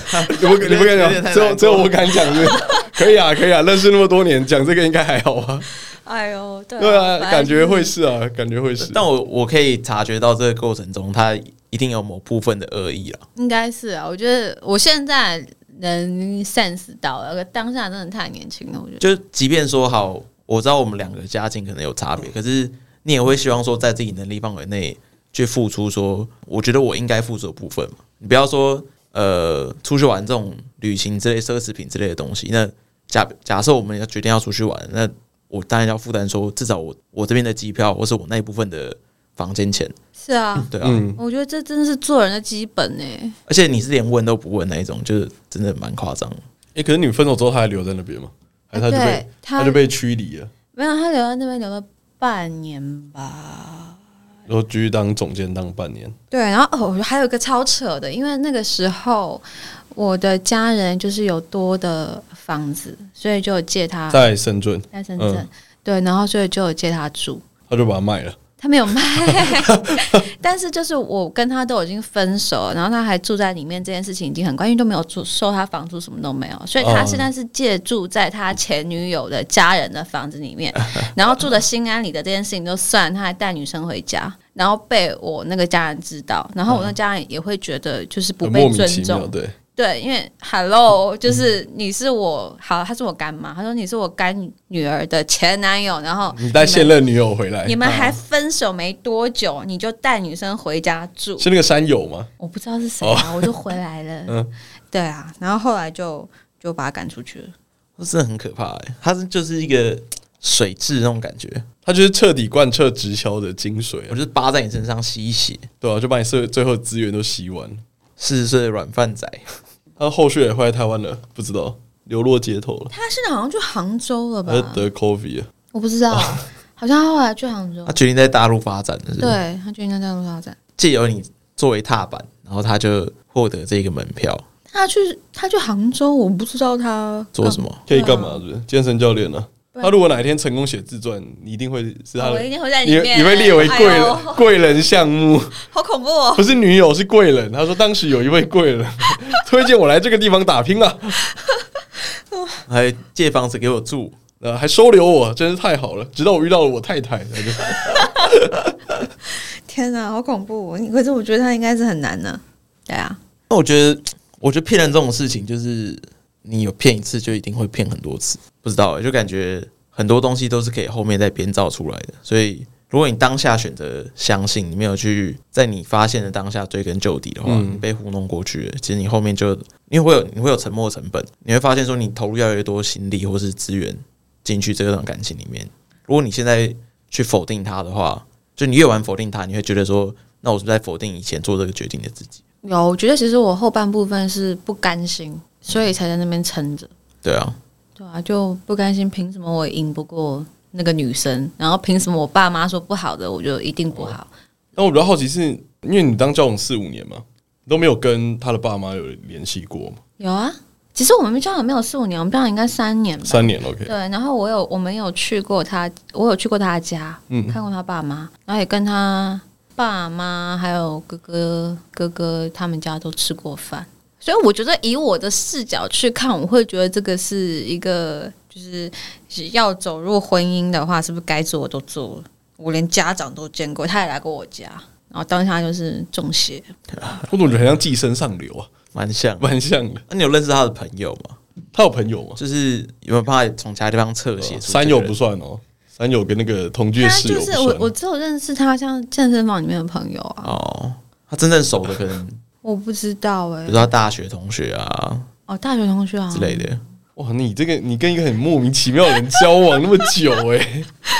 Speaker 2: 我你不
Speaker 1: *laughs*
Speaker 2: 敢
Speaker 1: 有点太
Speaker 2: 讲，只有
Speaker 1: 难
Speaker 2: 只有
Speaker 1: 过
Speaker 2: 我敢讲是不是可以啊，可以啊，认识那么多年，讲这个应该还好吧？
Speaker 3: *laughs* 哎呦，对
Speaker 2: 对啊，
Speaker 3: 反正
Speaker 2: 感觉会是啊，感觉会是。
Speaker 1: 但我我可以察觉到这个过程中他一定有某部分的恶意了。
Speaker 3: 应该是啊。我觉得我现在能 sense 到了，当下真的太年轻了，我觉得。
Speaker 1: 就即便说好，我知道我们两个家境可能有差别，可是你也会希望说，在自己能力范围内去付出说我觉得我应该付出的部分嘛。你不要说呃，出去玩这种旅行之类、奢侈品之类的东西。那假假设我们要决定要出去玩，那我当然要负担说，至少我我这边的机票或是我那一部分的房间钱，
Speaker 3: 是啊，
Speaker 1: 对啊。
Speaker 2: 嗯，
Speaker 3: 我觉得这真的是做人的基本呢、欸
Speaker 1: 而且你是连问都不问那一种，就是真的蛮夸张的。
Speaker 2: 哎，可是你们分手之后，他还留在那边吗？还是他就被
Speaker 3: 对他
Speaker 2: 他就被驱离了，
Speaker 3: 没有，他留在那边留了半年吧。
Speaker 2: 然后继续当总监当半年。
Speaker 3: 对，然后哦，还有一个超扯的，因为那个时候我的家人就是有多的房子，所以就有借他
Speaker 2: 在深圳，
Speaker 3: 在深圳，
Speaker 2: 嗯
Speaker 3: 对，然后所以就有借他住。
Speaker 2: 他就把它卖了。
Speaker 3: 他没有卖， *laughs* 但是就是我跟他都已经分手了，然后他还住在里面，这件事情已经很关，因为都没有住收他房租，什么都没有，所以他
Speaker 2: 哦
Speaker 3: 现在是借住在他前女友的家人的房子里面，然后住的心安理得这件事情就算，他还带女生回家，然后被我那个家人知道，然后我那家人也会觉得就是不
Speaker 2: 嗯很
Speaker 3: 被
Speaker 2: 莫名
Speaker 3: 尊
Speaker 2: 其
Speaker 3: 重
Speaker 2: 妙，，对，
Speaker 3: 对，因为 Hello，就是你是我好，她是我干妈，她说你是我干女儿的前男友，然后
Speaker 2: 你带
Speaker 3: 们
Speaker 2: 现任女友回来，
Speaker 3: 你们还
Speaker 2: 啊
Speaker 3: 分手没多久，你就带女生回家住，
Speaker 2: 是那个山友吗？
Speaker 3: 我不知道是谁啊，我就回来了。
Speaker 2: 哦 *laughs* 嗯
Speaker 3: 对啊，然后后来就就把他赶出去了。
Speaker 1: 这真的很可怕、欸，它是就是一个水质那种感觉，
Speaker 2: 他就是彻底贯彻直销的精髓
Speaker 1: 我
Speaker 2: 啊，
Speaker 1: 就是扒在你身上吸血，
Speaker 2: 对啊，就把你最最后资源都吸完。
Speaker 1: 四十岁的软饭仔，
Speaker 2: 他后续也回来台湾了，不知道流落街头了，
Speaker 3: 他现在好像去杭州了吧
Speaker 2: 他？是得 COVID 了。
Speaker 3: 我不知道，
Speaker 2: 哦
Speaker 3: 好像他后来去杭州
Speaker 1: 他。决定在大陆发展的是不是，
Speaker 3: 嗯对他决定在大陆发展。
Speaker 1: 借由你作为踏板，然后他就获得这个门票，
Speaker 3: 他去他去杭州，我不知道他
Speaker 1: 做什么？
Speaker 2: 可以干嘛？是不是健身教练呢、
Speaker 3: 啊对
Speaker 2: 他如果哪一天成功写自传，你一定会是他
Speaker 3: 哦我
Speaker 2: 的，
Speaker 3: 一定会在
Speaker 2: 你
Speaker 3: 里面。
Speaker 2: 你会列为贵
Speaker 3: 哎呦
Speaker 2: 人贵人项目，
Speaker 3: 好恐怖哦！
Speaker 2: 不是女友是贵人。他说当时有一位贵人 *laughs* 推荐我来这个地方打拼啊，
Speaker 1: 还借房子给我住，
Speaker 2: 呃，还收留我，真是太好了。直到我遇到了我太太，那就
Speaker 3: 天哪，好恐怖、哦！可是我觉得他应该是很难呢。对啊，
Speaker 1: 那我觉得，我觉得骗人这种事情，就是你有骗一次，就一定会骗很多次。不知道、欸，就感觉很多东西都是可以后面再编造出来的。所以，如果你当下选择相信，你没有去在你发现的当下追根究底的话，
Speaker 2: 嗯
Speaker 1: 你被糊弄过去了。其实你后面就因为会有你会有沉没成本，你会发现说你投入越来越多心力或是资源进去这段感情里面。如果你现在去否定它的话，就你越晚否定它，你会觉得说，那我是不是在否定以前做这个决定的自己？
Speaker 3: 有，我觉得其实我后半部分是不甘心，所以才在那边撑着。
Speaker 1: 对啊，
Speaker 3: 对啊，就不甘心，凭什么我赢不过那个女生？然后凭什么我爸妈说不好的，我就一定不好？
Speaker 2: 但我比较好奇是，因为你当交往四五年嘛，你都没有跟他的爸妈有联系过嘛？
Speaker 3: 有啊，其实我们交往没有四五年，我们交往应该三年吧。
Speaker 2: 三年了，OK，
Speaker 3: 对，然后我有我们有去过他，我有去过他的家，
Speaker 2: 嗯
Speaker 3: 看过他爸妈，然后也跟他爸妈还有哥哥哥哥他们家都吃过饭，所以我觉得以我的视角去看，我会觉得这个是一个就是要走入婚姻的话，是不是该做的都做了？我连家长都见过，他也来过我家，然后当下就是中邪，
Speaker 2: 我总觉得很像寄生上流啊，
Speaker 1: 蛮像。
Speaker 2: 蛮像的。
Speaker 1: 那、你有认识他的朋友吗？
Speaker 2: 他有朋友吗？呃
Speaker 1: 就是有没有怕从其他地方侧写出这个人？
Speaker 2: 三友不算哦，三友跟那个同居的
Speaker 3: 他
Speaker 2: 室友
Speaker 3: 就
Speaker 2: 不
Speaker 3: 是
Speaker 2: 算。
Speaker 3: 我我只有认识他像健身房里面的朋友啊，
Speaker 1: 哦，他真正熟的可能，
Speaker 3: 我不知道哎、
Speaker 1: 比如说他大学同学啊
Speaker 3: 哦，大学同学啊
Speaker 1: 之类的。
Speaker 2: 哇，你这个你跟一个很莫名其妙的人交往那么久哎、
Speaker 3: *laughs*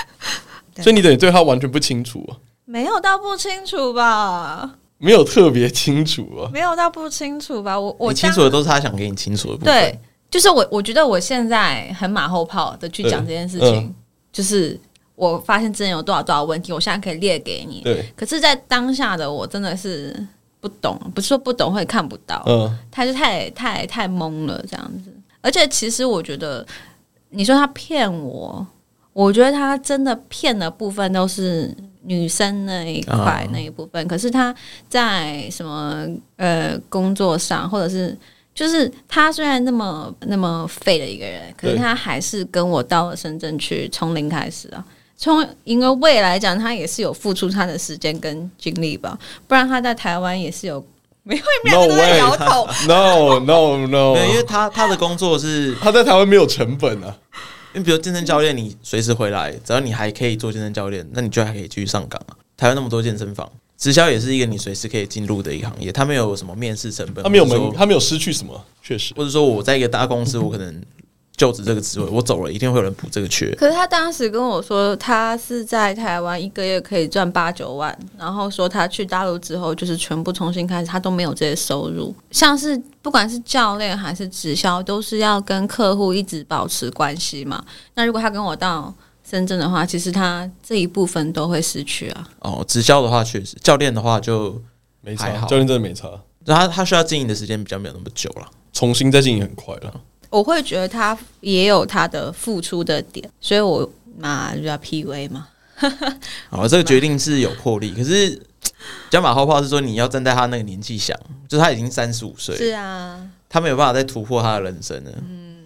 Speaker 3: 对
Speaker 2: 所以你等于对他完全不清楚啊，
Speaker 3: 没有到不清楚吧？
Speaker 2: 没有特别清楚啊。
Speaker 3: 没有到不清楚吧？我我
Speaker 1: 你清
Speaker 3: 当
Speaker 1: 楚的都是他想给你清楚的部分。
Speaker 3: 对，就是我我觉得我现在很马后炮的去讲这件事情，
Speaker 2: 对嗯
Speaker 3: 就是我发现之前有多少多少问题，我现在可以列给你。
Speaker 2: 对，
Speaker 3: 可是，在当下的我真的是不懂，不是说不懂，会看不到，
Speaker 2: 嗯，
Speaker 3: 他就太太太懵了这样子。而且，其实我觉得，你说他骗我，我觉得他真的骗的部分都是女生那一块
Speaker 1: 啊
Speaker 3: 那一部分。可是他在什么呃工作上，或者是就是他虽然那么呃那么废的一个人，可是
Speaker 2: 对
Speaker 3: 他还是跟我到了深圳去从零开始啊。从因为未来讲，他也是有付出他的时间跟精力吧，不然他在台湾也是有。没有，你 *laughs* 们两个都
Speaker 2: No
Speaker 3: 在
Speaker 2: way
Speaker 3: 摇头。
Speaker 2: No no
Speaker 3: *laughs*
Speaker 1: 没有，因
Speaker 2: no，
Speaker 1: 为他他的工作是，
Speaker 2: 他在台湾没有成本啊。
Speaker 1: 因为比如健身教练，你随时回来，只要你还可以做健身教练，那你就还可以继续上岗啊。台湾那么多健身房，直销也是一个你随时可以进入的一个行业，他没有什么面试成本，
Speaker 2: 他没有
Speaker 1: 或者说
Speaker 2: 门，他没有失去什么，确实。
Speaker 1: 或者说我在一个大公司，我可能就职这个职位，我走了一定会有人补这个缺。
Speaker 3: *laughs* 可是他当时跟我说，他是在台湾一个月可以赚八九万，然后说他去大陆之后就是全部重新开始，他都没有这些收入。像是不管是教练还是直销，都是要跟客户一直保持关系嘛。那如果他跟我到深圳的话，其实他这一部分都会失去啊。
Speaker 1: 哦，直销的话确实，教练的话就
Speaker 2: 没
Speaker 1: 还
Speaker 2: 差，
Speaker 1: 好
Speaker 2: 教练真的没差，
Speaker 1: 就他他需要经营的时间比较没有那么久了。
Speaker 2: 重新再经营很快了。
Speaker 3: 我会觉得他也有他的付出的点，所以我嘛就叫 PUA 嘛。
Speaker 1: 好，哦这个决定是有魄力，可是讲马后炮是说你要站在他那个年纪想，就是他已经三十五岁，
Speaker 3: 是啊，
Speaker 1: 他没有办法再突破他的人生了，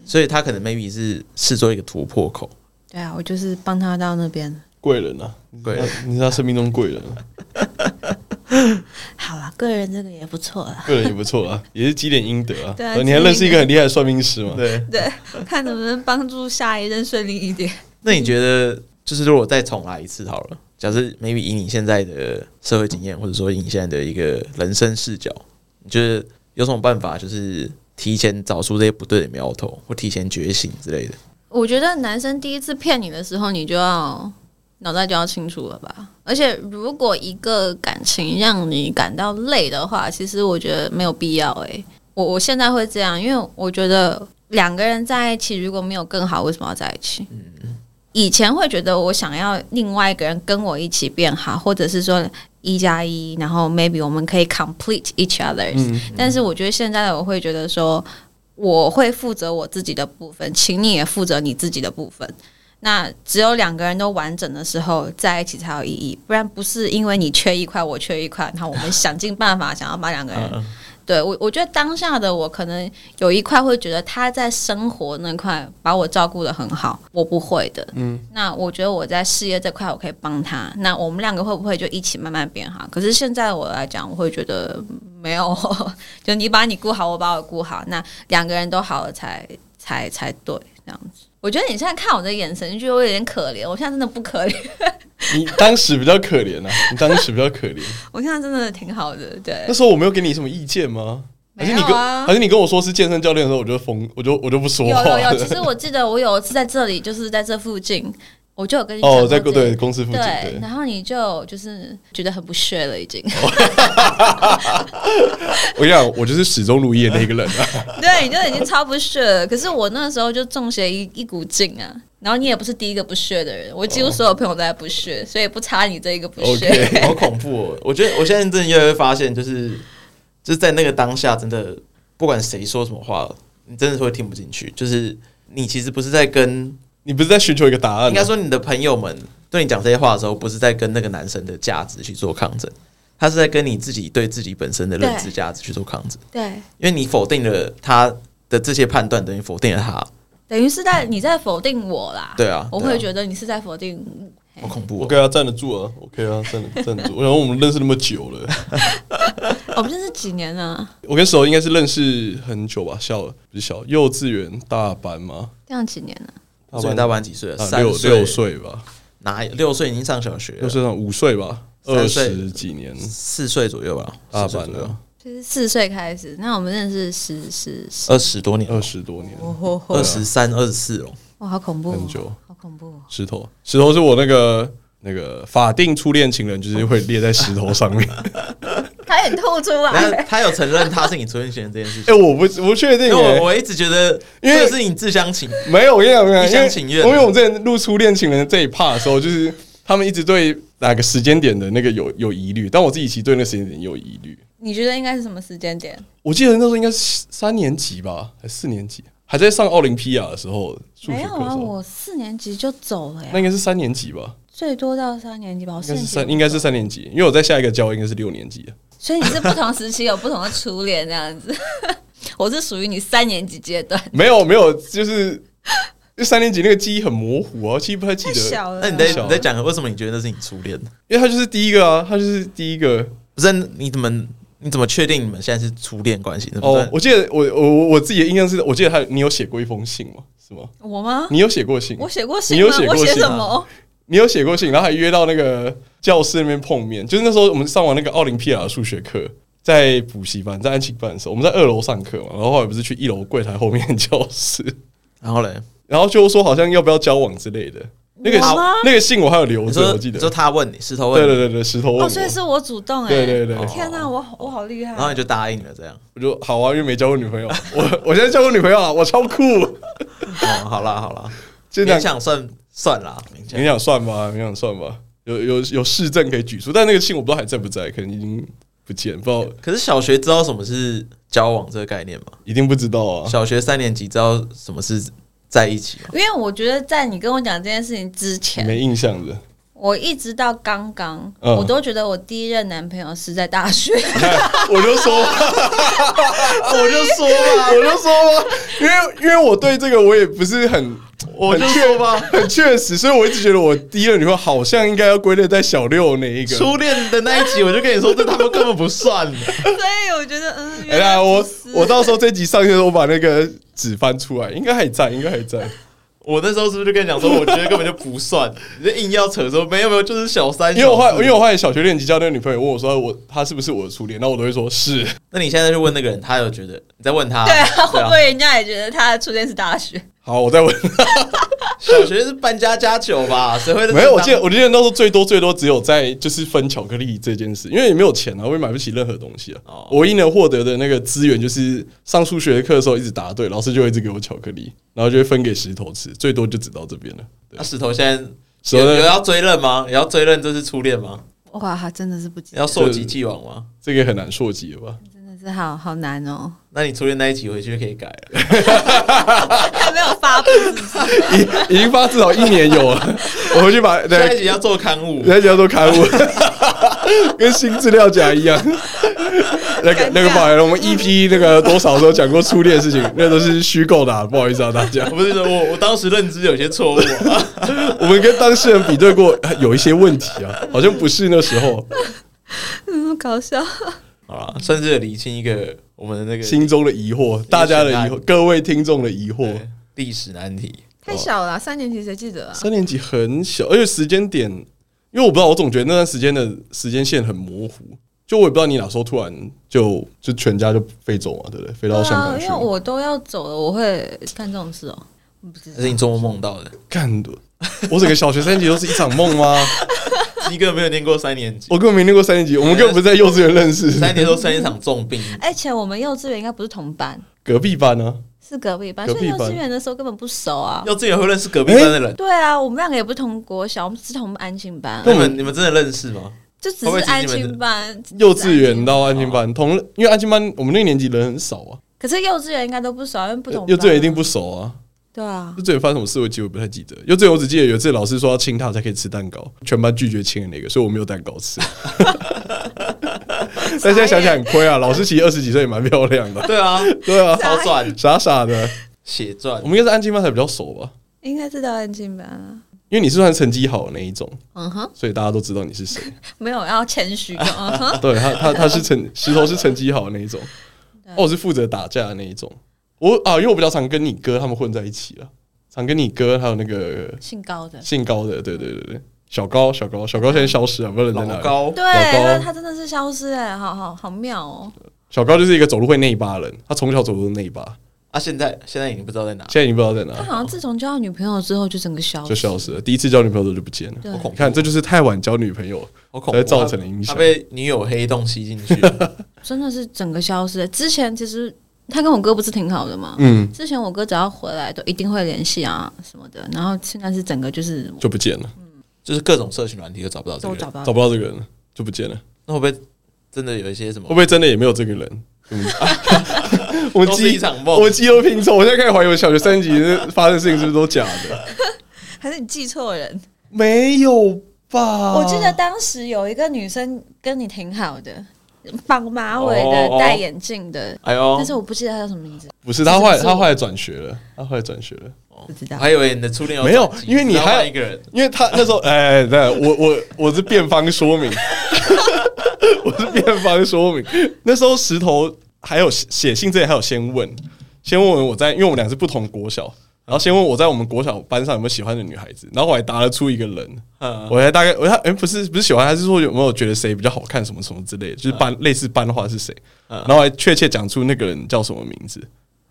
Speaker 1: 所以他可能 maybe 是视作一个突破口。
Speaker 3: 对啊，我就是帮他到那边。
Speaker 2: 贵人啊，
Speaker 1: 贵人
Speaker 2: 他你是他生命中贵人啊， *laughs*
Speaker 3: 好啦，个人这个也不错啦。
Speaker 2: 贵人也不错啊，也是积点阴德啊。
Speaker 3: 对啊
Speaker 2: 呃你还
Speaker 3: 积点
Speaker 2: 认识一个很厉害的算命师嘛？
Speaker 1: 对，
Speaker 3: 对， *laughs* 看能不能帮助下一任顺利一点。
Speaker 1: 那你觉得就是如果再重来一次好了，假设 maybe 以你现在的社会经验，或者说以你现在的一个人生视角，你觉得有什么办法就是提前找出这些不对的苗头，或提前觉醒之类的？
Speaker 3: 我觉得男生第一次骗你的时候，你就要脑袋就要清楚了吧。而且，如果一个感情让你感到累的话，其实我觉得没有必要、欸。我我现在会这样，因为我觉得两个人在一起如果没有更好，为什么要在一起？以前会觉得我想要另外一个人跟我一起变好，或者是说一加一，然后 maybe 我们可以 complete each other、
Speaker 2: 嗯
Speaker 3: 但是我觉得现在的我会觉得说，我会负责我自己的部分，请你也负责你自己的部分。那只有两个人都完整的时候在一起才有意义，不然不是因为你缺一块，我缺一块，然后我们想尽办法想要把两个人
Speaker 1: 嗯，
Speaker 3: *laughs* 对我，我觉得当下的我可能有一块会觉得他在生活那块把我照顾的很好，我不会的。嗯，那我觉得我在事业这块我可以帮他，那我们两个会不会就一起慢慢变好？可是现在我来讲，我会觉得没有， *laughs* 就你把你顾好，我把我顾好，那两个人都好了才才才对这样子。我觉得你现在看我的眼神，就觉得我有点可怜。我现在真的不可怜， *laughs*
Speaker 2: 你当时比较可怜啊， *laughs* 你当时比较可怜。
Speaker 3: 我现在真的挺好的。对
Speaker 2: 那，时候我没有给你什么意见吗？还是你
Speaker 3: 没
Speaker 2: 跟、
Speaker 3: 有啊
Speaker 2: 还是你跟我说是健身教练的时候，我就疯，我就我就不说
Speaker 3: 有
Speaker 2: 话
Speaker 3: 有有，
Speaker 2: 了。
Speaker 3: 其实我记得我有一次在这里，就是在这附近，我就有跟你讲
Speaker 2: 哦，
Speaker 3: 过
Speaker 2: 在
Speaker 3: 这
Speaker 2: 对公司附近，
Speaker 3: 对，
Speaker 2: 对，
Speaker 3: 然后你就就是觉得很不屑了，已经。
Speaker 2: 我跟你讲，我就是始终如一的那个
Speaker 1: *laughs*
Speaker 2: 人啊。 *laughs*
Speaker 3: 对，你就已经超不屑了。可是我那时候就中邪一一股劲啊，然后你也不是第一个不屑的人，我几乎所有朋友都在不屑，所以不差你这一个不
Speaker 2: *laughs*
Speaker 3: 屑。
Speaker 2: OK
Speaker 1: 好恐怖哦！我觉得我现在真的越来越发现，就是就是在那个当下，真的不管谁说什么话，你真的是会听不进去。就是你其实不是在跟，
Speaker 2: 你不是在寻求一个答案、啊？
Speaker 1: 应该说你的朋友们对你讲这些话的时候，不是在跟那个男生的价值去做抗争，他是在跟你自己对自己本身的认知价值去做抗争。
Speaker 3: 对，
Speaker 1: 因为你否定了他的这些判断，等于否定了他。
Speaker 3: 等于是在你在否定我啦。
Speaker 1: 对啊
Speaker 3: 我
Speaker 1: 对
Speaker 3: 会
Speaker 1: 啊
Speaker 3: 觉得你是在否定。
Speaker 1: 好恐怖、
Speaker 2: 我
Speaker 1: 哦！
Speaker 2: 跟他站得住啊，OK 啊，站得站得住。我 *laughs* 想我们认识那么久了，
Speaker 3: 我们认识几年了？
Speaker 2: 我跟熟应该是认识很久吧，小不是小幼稚园大班吗？
Speaker 3: 这样几年了？
Speaker 1: 所以大班几岁了？
Speaker 2: 啊
Speaker 1: 三
Speaker 2: 六六，岁吧，
Speaker 1: 哪有六岁已经上小学
Speaker 2: 六
Speaker 1: 了？
Speaker 2: 岁上五岁吧，二
Speaker 1: 三岁
Speaker 2: 十几年
Speaker 1: 四岁左右吧，
Speaker 2: 大
Speaker 1: 四岁
Speaker 2: 班
Speaker 1: 左右
Speaker 2: 了，
Speaker 3: 就是四岁开始，那我们认识十十十，
Speaker 1: 二十多年了，
Speaker 2: 二十多年，
Speaker 3: 哦
Speaker 1: 二十三、二十四哦，
Speaker 3: 哇，好恐怖、
Speaker 2: 很久
Speaker 3: 哦，好恐怖、哦。
Speaker 2: 石头，石头是我那个那个法定初恋情人，就是会列在石头
Speaker 1: *laughs*
Speaker 2: 上面。
Speaker 3: 差点吐出
Speaker 1: 然后
Speaker 3: 来。
Speaker 1: 他有承认他是你初恋情人这件事
Speaker 2: *laughs*
Speaker 1: 情，
Speaker 2: 哎、我不我不确定、
Speaker 1: 因为
Speaker 2: 欸
Speaker 1: 我，我一直觉得，
Speaker 2: 因为
Speaker 1: 这个是你自相情，
Speaker 2: 没有，我跟你讲，我跟
Speaker 1: 一
Speaker 2: 你
Speaker 1: 厢
Speaker 2: 讲，
Speaker 1: 情
Speaker 2: 因
Speaker 1: 愿
Speaker 2: 为因为我们之前录初恋情人这一趴的时候，就是他们一直对哪个时间点的那个有有疑虑，但我自己其实对那个时间点也有疑虑。
Speaker 3: *laughs* 你觉得应该是什么时间点？
Speaker 2: 我记得那时候应该是三年级吧，还是哦四年级，还在上奥林匹啊亚的时候，数
Speaker 3: 没
Speaker 2: 学
Speaker 3: 有
Speaker 2: 课的
Speaker 3: 啊，
Speaker 2: 时候，
Speaker 3: 我四年级就走了呀
Speaker 2: 那。应该是三年级吧，
Speaker 3: 最多到三年级吧，我
Speaker 2: 应
Speaker 3: 四
Speaker 2: 该
Speaker 3: 年
Speaker 2: 是
Speaker 3: 级
Speaker 2: 三，应该是三年级，因为我在下一个教应该是六年级。
Speaker 3: 所以你是不同时期有不同的初恋这样子。 *laughs* 我是属于你三年级阶段，
Speaker 2: 没有没有，就是就三年级那个记忆很模糊啊，我其实不太记
Speaker 3: 太
Speaker 2: 得，
Speaker 3: 小了。
Speaker 1: 那你在
Speaker 2: 小啊
Speaker 1: 你在讲为什么你觉得那是你初恋？
Speaker 2: 因为他就是第一个啊，他就是第一个。
Speaker 1: 不是你怎么你怎么确定你们现在是初恋关系？对不
Speaker 2: 哦，
Speaker 1: 对？
Speaker 2: 我记得我我我我自己的印象是，我记得他你有写过一封信吗？是吗？
Speaker 3: 我吗？
Speaker 2: 你有写过信？
Speaker 3: 我写过
Speaker 2: 你
Speaker 3: 信
Speaker 2: 有
Speaker 3: 吗
Speaker 2: 写？过
Speaker 3: 我写
Speaker 2: 信
Speaker 3: 什
Speaker 2: 吗
Speaker 3: 么？
Speaker 2: 你有写过信，然后还约到那个教室那边碰面。就是那时候我们上完那个奥林匹亚的数学课，在补习班，在安庆班的时候，我们在二楼上课嘛，然后后来不是去一楼柜台后面的
Speaker 1: *laughs*
Speaker 2: 教室，
Speaker 1: 然后嘞，
Speaker 2: 然后就说好像要不要交往之类的。那个
Speaker 3: 我吗
Speaker 2: 那个信我还有留
Speaker 1: 你
Speaker 2: 着，
Speaker 1: 说
Speaker 2: 我记
Speaker 1: 你
Speaker 2: 得。
Speaker 1: 说哦他问你，石头问
Speaker 2: 对
Speaker 1: 你，
Speaker 2: 对对对，石头问我，
Speaker 3: 哦，所以是我主动哎、
Speaker 2: 对对对哦对
Speaker 3: 天哪、我我好厉害！
Speaker 1: 然后你就答应了，这样。
Speaker 2: 我就好啊，因为没交过女朋友，我我现在交过女朋友啊，我超
Speaker 1: *laughs*
Speaker 2: 酷，
Speaker 1: 哦，好啦好啦，
Speaker 2: 就这
Speaker 1: 勉
Speaker 2: 样
Speaker 1: 强算算啦，勉强
Speaker 2: 勉强算吧，勉强算吧，有有有市政可以举出，但那个信我不知道还在不在，可能已经不见，不知道
Speaker 1: 可是小学知道什么是交往这个概念吗？
Speaker 2: 一定不知道啊。
Speaker 1: 小学三年级知道什么是在一起吗？
Speaker 3: 因为我觉得在你跟我讲这件事情之前，
Speaker 2: 没印象的，
Speaker 3: 我一直到刚刚，
Speaker 2: 嗯
Speaker 3: 我都觉得我第一任男朋友是在
Speaker 2: *laughs*
Speaker 3: 大学。
Speaker 2: 我就说， *laughs* 我就说嘛， *laughs* 我就说嘛，因为因为我对这个我也不是很，我就说吧，很确实，所以我一直觉得我第一任女朋友好像应该要归类在小六那一个。
Speaker 1: 初恋的那一集，我就跟你说，这他们根本不算。
Speaker 3: 所以我觉得，嗯，
Speaker 2: 哎
Speaker 3: 原来
Speaker 2: 呀，我
Speaker 3: 不是
Speaker 2: 我到时候这集上线的时候，我把那个纸翻出来，应该还在，应该还在。
Speaker 1: 我那时候是不是就跟你讲说，我觉得根本就不
Speaker 2: *laughs*
Speaker 1: 算，你就硬要扯说没有没有，就是小三。
Speaker 2: 因为我后来，
Speaker 1: 小
Speaker 2: 因
Speaker 1: 四
Speaker 2: 为我后来小学六年级交那个女朋友问我说我她是不是我的初恋，然后我都会说是，
Speaker 1: 那你现在就问那个人，他有觉得你在问他？
Speaker 3: 对啊，会不会人家也觉得他的初恋是大学？
Speaker 2: 好，我再问。
Speaker 1: 小学是搬家家酒吧？谁会
Speaker 2: 没有，我记得我记得那时候最多最多只有在就是分巧克力这件事，因为也没有钱啊，我也买不起任何东西啊。
Speaker 1: 哦
Speaker 2: 我唯一能获得的那个资源就是上数学课的时候一直答对，老师就会一直给我巧克力，然后就会分给石头吃，最多就只到这边了。对
Speaker 1: 那石头现在。
Speaker 2: 石
Speaker 1: 有
Speaker 2: 头
Speaker 1: 有
Speaker 2: 呢
Speaker 1: 要追认吗？也要追认这是初恋吗？
Speaker 3: 哇，他真的是不记
Speaker 1: 要溯及既往吗？
Speaker 2: 这个很难溯及了吧？
Speaker 3: 真的是好好难哦，
Speaker 1: 那你初恋那一集回去就可以改了。
Speaker 3: 还没有发布是不是？
Speaker 2: 已已经发至少一年有了，我回去把对
Speaker 1: 下一集要做刊物，
Speaker 3: *laughs*
Speaker 2: 人家都刊物，跟新资料夹一样。那个那个不好意思，我们 EP 那个多少时候讲过初恋的事情，那都是虚构
Speaker 3: *laughs*
Speaker 2: 的啊、不好意思啊大家。
Speaker 1: 不是我，我当时认知有些
Speaker 2: *laughs*
Speaker 1: 错误啊。
Speaker 2: 我们跟当事人比对过，有一些问题啊，好像不是那时候
Speaker 3: *laughs* 嗯，搞笑。
Speaker 1: 好啦算是有理清一个我们的那个
Speaker 2: 心中的疑惑，大家的疑惑，各位听众的疑惑
Speaker 1: 对。历史难题。
Speaker 3: 太小了啊、三年级谁记得啊？
Speaker 2: 三年级很小，而且时间点，因为我不知道，我总觉得那段时间的时间线很模糊，就我也不知道你哪时候突然就就全家就飞走嘛，对不对？飞到香港
Speaker 3: 对啊，
Speaker 2: 去
Speaker 3: 因为。我都要走了，我会干这种事哦。我不知
Speaker 1: 这是你
Speaker 3: 道，
Speaker 1: 做梦梦到
Speaker 2: *laughs*
Speaker 1: 的，
Speaker 2: 干的，我整个小学三年级都是一场梦吗？ *laughs*
Speaker 1: 鸡哥没有念过三年级，
Speaker 2: 我根本没念过三年级，我们根本不是在幼稚园认 *laughs* 识，
Speaker 1: 三年都生一场重病，
Speaker 3: 而且我们幼稚园应该不是同班，
Speaker 2: 隔壁班啊呢、
Speaker 3: 是隔壁班，
Speaker 2: 隔
Speaker 3: 所
Speaker 2: 壁
Speaker 3: 以幼
Speaker 2: 班
Speaker 3: 稚园的时候根本不熟啊。
Speaker 1: 幼稚园会认识隔壁班的
Speaker 2: 哎
Speaker 1: 人，
Speaker 3: 对啊，我们两个也不同国小，我们是同安静班，
Speaker 1: 那你们你们真的认识
Speaker 2: *laughs*
Speaker 1: 吗？
Speaker 3: 就只
Speaker 1: 会不会
Speaker 3: 是
Speaker 1: 其实
Speaker 3: 安
Speaker 1: 你们
Speaker 3: 静班。
Speaker 2: 幼稚园到安亲
Speaker 3: 哦
Speaker 2: 班，同因为安亲班我们那个年级人很少啊，
Speaker 3: 可是幼稚园应该都不熟，因为不同班啊
Speaker 2: 幼稚园一定不熟啊。
Speaker 3: 对啊。
Speaker 2: 幼稚园发生什么事，我其实我不太记得。幼稚园我只记得有一次老师说要亲他才可以吃蛋糕，全班拒绝亲的那个，所以我没有蛋糕
Speaker 3: *laughs*
Speaker 2: 吃。但现在想想很亏啊，老师其实二十几岁也蛮漂亮
Speaker 3: *laughs*
Speaker 2: 的，
Speaker 1: 对啊，
Speaker 2: 对啊，
Speaker 1: 超赚
Speaker 2: 傻傻的。
Speaker 1: 血赚
Speaker 2: 我，们应该是安静班才比较熟吧，
Speaker 3: 应该是到安静班啊。
Speaker 2: 因为你是算成绩好的那一种，
Speaker 3: 嗯哼，
Speaker 2: 所以大家都知道你是谁。
Speaker 3: 没有要
Speaker 2: *laughs*
Speaker 3: 谦虚的。嗯哼，
Speaker 2: 对他，他他是成石头是成绩好的那一种，
Speaker 3: 对
Speaker 2: 哦，我是负责打架的那一种。我啊，因为我比较常跟你哥他们混在一起了，常跟你哥还有那个
Speaker 3: 姓高的。
Speaker 2: 姓高的，对对对对，小高小高小高现在消失了，不知道人在哪
Speaker 1: 老
Speaker 2: 里。
Speaker 1: 高
Speaker 3: 对，
Speaker 2: 老高
Speaker 3: 那他真的是消失哎、好好好妙哦。
Speaker 2: 小高就是一个走路会内八的人，他从小走路都内八，
Speaker 1: 啊，现在现在已经不知道在哪，
Speaker 2: 现在已经不知道在
Speaker 3: 他
Speaker 2: 哪，
Speaker 3: 好像自从交了女朋友之后就整个消
Speaker 2: 就
Speaker 3: 失。
Speaker 2: 消失了。第一次交女朋友的时候就不见了。
Speaker 3: 对
Speaker 1: 好恐
Speaker 2: 哦
Speaker 1: 怖
Speaker 2: 你看，，这就是太晚交女朋友，
Speaker 1: 好恐怖，
Speaker 2: 才
Speaker 1: 啊
Speaker 2: 造成的影响
Speaker 1: 他被女友黑洞吸进
Speaker 2: *laughs*
Speaker 1: 去了，
Speaker 3: 真的是整个消失。之前其实他跟我哥不是挺好的吗？
Speaker 2: 嗯，
Speaker 3: 之前我哥只要回来都一定会联系啊什么的，然后现在是整个就是
Speaker 2: 就不见了，
Speaker 1: 就是各种社群软体都找不到这
Speaker 3: 都
Speaker 1: 个
Speaker 3: 找
Speaker 1: 人，
Speaker 3: 不到
Speaker 2: 找。不到这个人了，就不见了。
Speaker 1: 那会不会真的有一些什么
Speaker 2: 会不？会真的也没有这个人？嗯 *laughs* 我
Speaker 1: 都是一
Speaker 2: 记
Speaker 1: 场梦
Speaker 2: 我记忆都拼凑，我现在开始怀疑我小学三年级是发生的事情是不是都假的？
Speaker 3: 还是你记错人？
Speaker 2: 没有吧？
Speaker 3: 我记得当时有一个女生跟你挺好的，绑马尾
Speaker 1: 哦哦
Speaker 3: 的，
Speaker 1: 哦
Speaker 3: 戴眼镜的，
Speaker 1: 哎呦
Speaker 3: 但，是我不记得她叫什么名字，
Speaker 2: 不是他后来
Speaker 3: 是不是
Speaker 2: 他后来转学了，他后来转学了，
Speaker 3: 哦不知道
Speaker 1: 我。还以为你的初恋有
Speaker 2: 没有
Speaker 1: 转机
Speaker 2: 因为你
Speaker 1: 然后
Speaker 2: 还
Speaker 1: 换一个人，
Speaker 2: 因为他那时候哎，对我我我是辩方说
Speaker 1: *laughs*
Speaker 2: 明，我是辩方说明。那时候石头还有写信这里还有先问，先问我在，因为我们俩是不同国小。然后先问我在我们国小班上有没有喜欢的女孩子，然后我还答得出一个人，
Speaker 1: 嗯，
Speaker 2: 我还大概我他哎、不是不是喜欢，他是说有没有觉得谁比较好看什么什么之类的，就是班、类似班话是谁，
Speaker 1: 嗯
Speaker 2: 然后还确切讲出那个人叫什么名字。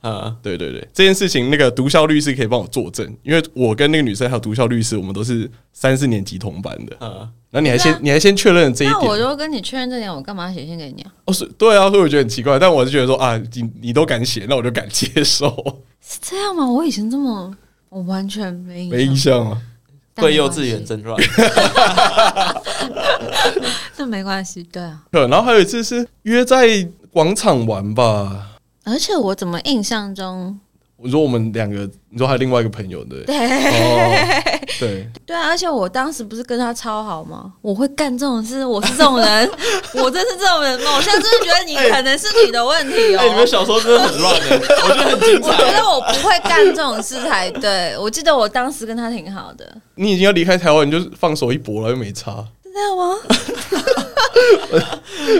Speaker 1: 嗯，
Speaker 2: 对对对，这件事情那个毒枭律师可以帮我作证，因为我跟那个女生还有毒枭律师，我们都是三四年级同班的。
Speaker 1: 嗯，
Speaker 2: 然后你还先
Speaker 3: 那
Speaker 2: 你还先确认了这一
Speaker 3: 那我
Speaker 2: 点，
Speaker 3: 就跟你确认这点，我干嘛写信给你啊？
Speaker 2: 哦是对啊，所以我觉得很奇怪，但我是觉得说啊，你你都敢写，那我就敢接受，
Speaker 3: 是这样吗？我以前这么，我完全没
Speaker 2: 没印
Speaker 3: 印象。
Speaker 2: 象啊。
Speaker 3: 但没
Speaker 1: 对幼
Speaker 3: 关
Speaker 1: 稚
Speaker 3: 系
Speaker 1: 园，真乱，
Speaker 3: 那没关系，对啊。
Speaker 2: 对，然后还有一次是约在广场玩吧，
Speaker 3: 而且我怎么印象中，
Speaker 2: 我说我们两个，你说还有另外一个朋友对不对，
Speaker 3: 对
Speaker 2: 哦，对。
Speaker 3: 对啊，而且我当时不是跟他超好吗？我会干这种事，我是这种人，我真是这种人吗？我现在真的觉得你可能是你的问题哦、
Speaker 1: 哎，你们小时候真的很乱的，欸我觉得很精
Speaker 3: 我觉
Speaker 1: 彩，
Speaker 3: 得我不会干这种事才对。我记得我当时跟他挺好的，
Speaker 2: 你已经要离开台湾，你就放手一搏了，又没差。
Speaker 3: 是这样吗？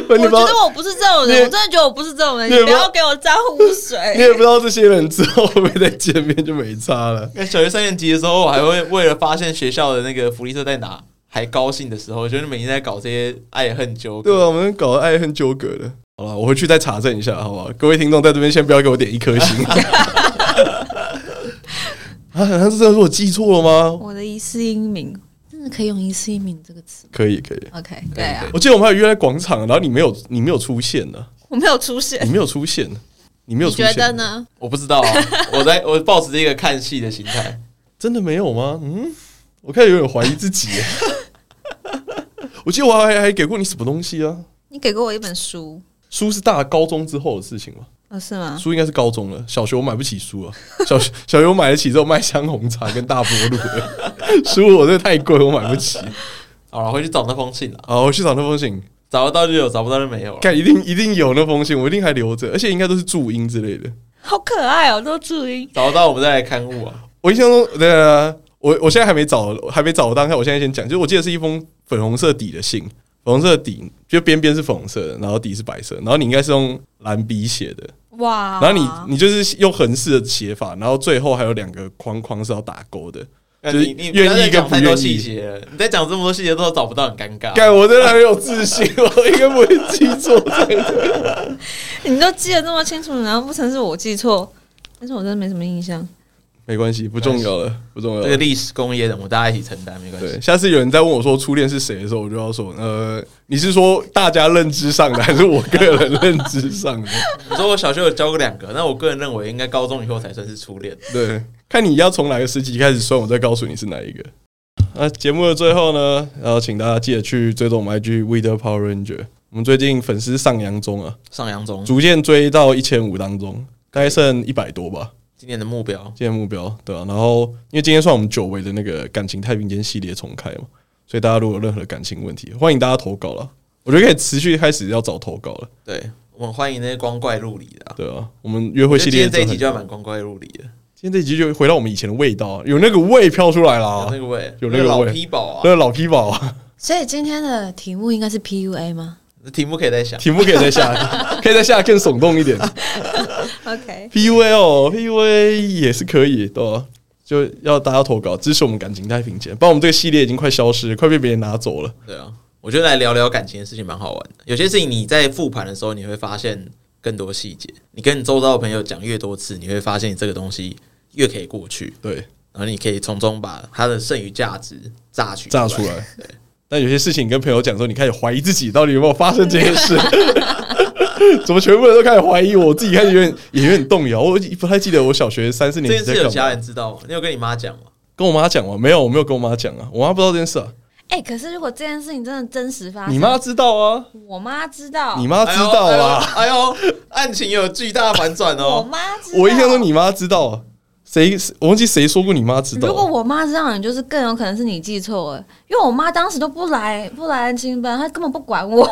Speaker 2: 我
Speaker 3: 我觉得我不是这种
Speaker 2: 你也
Speaker 3: 人，我真的觉得我不是这种人，
Speaker 2: 你
Speaker 3: 你
Speaker 2: 也
Speaker 3: 不
Speaker 2: 不
Speaker 3: 要
Speaker 2: 要
Speaker 3: 给我沾污
Speaker 2: 你
Speaker 3: 水。
Speaker 2: 也不知道这些人之后会不会再见面，就没差了。
Speaker 1: 跟哎小学三年级的时候，我还会为了发现学校的那个福利社在哪，还高兴的时候，就是每天在搞这些爱恨纠
Speaker 2: 对
Speaker 1: 葛。
Speaker 2: 啊，我们搞得爱恨纠葛的。好了，我回去再查证一下，好不好？各位听众在这边先不要给我点一颗星。 *laughs* 啊，他是真的说我记错了吗？
Speaker 3: 我的一世英名，真的可以用一世英名这个词吗
Speaker 2: 可以，可以。
Speaker 3: ？OK，对啊，
Speaker 2: 我记得我们还有约在广场，然后你没有，你没有出现呢、
Speaker 3: 我没有出现，
Speaker 2: 你没有出现，你没有
Speaker 3: 你
Speaker 2: 出现，
Speaker 3: 觉得？呢？
Speaker 1: 我不知道啊， *laughs* 我在我抱持着一个看戏的心态，
Speaker 2: 真的没有吗？嗯，我开始有点怀疑自己 *laughs* 耶。我记得我还还给过你什么东西啊？
Speaker 3: 你给过我一本书，
Speaker 2: 书是大高中之后的事情嘛？
Speaker 3: 哦，是吗？
Speaker 2: 书应该是高中了，小学我买不起书啊。小学小学我买得起之后卖香红茶跟大波路 *laughs* 的书，我真的太贵，我买不起。
Speaker 1: 好了，回去找那封信了。
Speaker 2: 好，我去找那封信。
Speaker 1: 找得到就有，找不到就没有了。
Speaker 2: 看一定一定有那封信，我一定还留着，而且应该都是注音之类的。
Speaker 3: 好可爱哦，都注音。
Speaker 1: 找得到我们再来刊物啊。
Speaker 2: 我印象中，对啊，我我现在还没找，还没找到。但我现在先讲，就是我记得是一封粉红色底的信，粉红色底就边边是粉红色的，然后底是白色，然后你应该是用蓝笔写的，
Speaker 3: 哇！
Speaker 2: 然后
Speaker 3: 哦
Speaker 2: 你你就是用横式的写法，然后最后还有两个框框是要打勾的。就是
Speaker 1: 呃你你不
Speaker 2: 愿意
Speaker 1: 要再
Speaker 2: 跟
Speaker 1: 讲
Speaker 2: 不
Speaker 1: 太多
Speaker 2: 愿意
Speaker 1: 细节了，你在讲这么多细节都找不到，很尴
Speaker 2: *laughs*
Speaker 1: 尬。
Speaker 2: 盖，我真的很有自信， *laughs* 我应该不会记错这 *laughs* 个。
Speaker 3: 你都记得这么清楚，难道不成是我记错？但是我真的没什么印象。
Speaker 2: 没关系，不重要了，不重要
Speaker 1: 这个
Speaker 2: 了。
Speaker 1: 历史工业的，我们大家一起承担，没关
Speaker 2: 对，
Speaker 1: 系。
Speaker 2: 下次有人再问我说初恋是谁的时候，我就要说，呃，你是说大家认知上的，还是我个人认知上 *laughs* 的？
Speaker 1: 你说我小学有交过两个，那我个人认为应该高中以后才算是初恋。
Speaker 2: 对，看你要从哪个时期开始算，我再告诉你是哪一个。那节目的最后呢，然后请大家记得去追踪我们 IG Weather Power Ranger。我们最近粉丝上扬中啊，
Speaker 1: 上扬中，
Speaker 2: 逐渐追到一千五当中，大概剩一百多吧，
Speaker 1: 今年的目标
Speaker 2: 今天目标对吧、然后因为今天算我们久违的那个感情太平间系列重开嘛，所以大家如果有任何感情问题，欢迎大家投稿了。我觉得可以持续开始要找投稿了，
Speaker 1: 对。我们欢迎那些光怪陆离的、啊，
Speaker 2: 对吧、我们约会系
Speaker 1: 今
Speaker 2: 列
Speaker 1: 天这一集就
Speaker 2: 真的
Speaker 1: 要
Speaker 2: 很
Speaker 1: 蛮光怪陆离的，
Speaker 2: 今天这一集就回到我们以前的味道啊，有那个味飘出来了啊
Speaker 1: 有，那个味，
Speaker 2: 有那个
Speaker 1: 老
Speaker 2: 味
Speaker 1: 皮宝啊，
Speaker 2: *laughs* 那个老皮宝啊。
Speaker 3: 所以今天的题目应该是 PUA 吗
Speaker 1: 这题目可以再想。
Speaker 2: 题目可以再下， *laughs* 可以再下更耸动一点。
Speaker 3: ？OK，
Speaker 2: PUA 哦，PUA 也是可以，对吧？就要大家投稿支持我们感情太平间，不然我们这个系列已经快消失，快被别人拿走了。
Speaker 1: 对啊，我觉得来聊聊感情的事情蛮好玩的。有些事情你在复盘的时候，你会发现更多细节。你跟你周遭的朋友讲越多次，你会发现这个东西越可以过去，
Speaker 2: 对，
Speaker 1: 然后你可以从中把它的剩余价值榨取
Speaker 2: 炸出。来。但有些事情你跟朋友讲之后，你开始怀疑自己到底有没有发生这
Speaker 1: *laughs*
Speaker 2: 件事，怎么全部人都开始怀疑我？我自己开始有点也有点动摇，我不太记得我小学三四
Speaker 1: 这
Speaker 2: 年
Speaker 1: 件
Speaker 2: 级在
Speaker 1: 事有
Speaker 2: 干
Speaker 1: 家
Speaker 2: 嘛。
Speaker 1: 人知道吗？你有跟你妈讲吗？
Speaker 2: 跟我妈讲吗？没有，我没有跟我妈讲啊，我妈不知道这件
Speaker 1: *laughs*
Speaker 2: 事啊。
Speaker 3: 哎、可是如果这件事情真的真实发生，
Speaker 2: 你妈知道啊，
Speaker 3: 我妈知道，
Speaker 2: 你妈知道啊。
Speaker 1: 哎呦，哎呦案情有巨大反转
Speaker 3: 我
Speaker 2: *laughs*
Speaker 1: 哦。
Speaker 3: 妈知道。
Speaker 2: 我印象中你妈知道，谁我忘记谁说过你妈知
Speaker 3: 如果
Speaker 2: 道。
Speaker 3: 我妈知道，你就是更有可能是你记错了，因为我妈当时都不来不来安亲班，她根本不管我，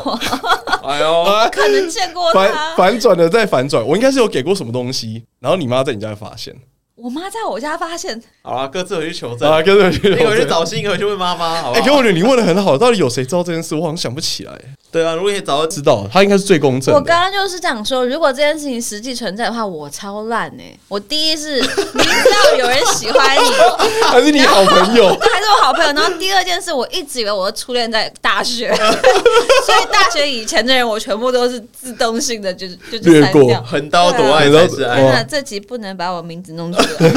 Speaker 1: 哎呦，
Speaker 2: 啊，
Speaker 3: 可能见过
Speaker 1: 啊
Speaker 2: 反
Speaker 3: 她。
Speaker 2: 反转的再反转，我应该是有给过什么东西，然后你妈在你家发现
Speaker 3: 我妈在我家发现，
Speaker 1: 好啦，各自回去求证。
Speaker 2: 啊，跟着去
Speaker 1: 你回去找新，回去问妈妈，好不
Speaker 2: 哎，给
Speaker 1: 好？
Speaker 2: 我觉得你问的很好，到底有谁知道这件事？我好像想不起来。
Speaker 1: 对啊，如果你找到
Speaker 2: 知道，他应该是最公正
Speaker 3: 我
Speaker 2: 的。
Speaker 3: 刚刚就是讲说，如果这件事情实际存在的话，我超烂哎、我第一是明知道有人喜欢你，
Speaker 2: *laughs* 还是你好朋友？
Speaker 3: 他还是我好朋友。然后第二件事，我一直以为我的初恋在
Speaker 2: *laughs*
Speaker 3: 大学，所以大学以前的人我全部都是自动性的，就是就是
Speaker 2: 略
Speaker 3: 删
Speaker 2: 过
Speaker 3: 掉。
Speaker 1: 横刀夺爱
Speaker 2: 对啊
Speaker 1: 才是
Speaker 2: 哇
Speaker 1: 爱，
Speaker 3: 真的，这集不能把我名字弄
Speaker 2: *laughs*
Speaker 3: 出来，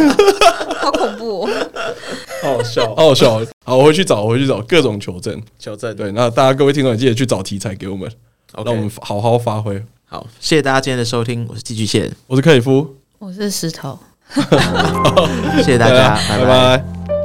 Speaker 3: 好恐怖、哦！
Speaker 1: 好好笑。
Speaker 2: 好好笑哦。好，我回去找，我回去找各种求证。
Speaker 1: 求证，
Speaker 2: 对，那大家各位听众也记得去找题材给我们，
Speaker 1: OK，
Speaker 2: 让我们好好发挥。
Speaker 1: 好，谢谢大家今天的收听，我是寄居蟹，
Speaker 2: 我是克里夫，
Speaker 3: 我是石头。
Speaker 1: 谢谢大啊家，拜
Speaker 2: 拜拜。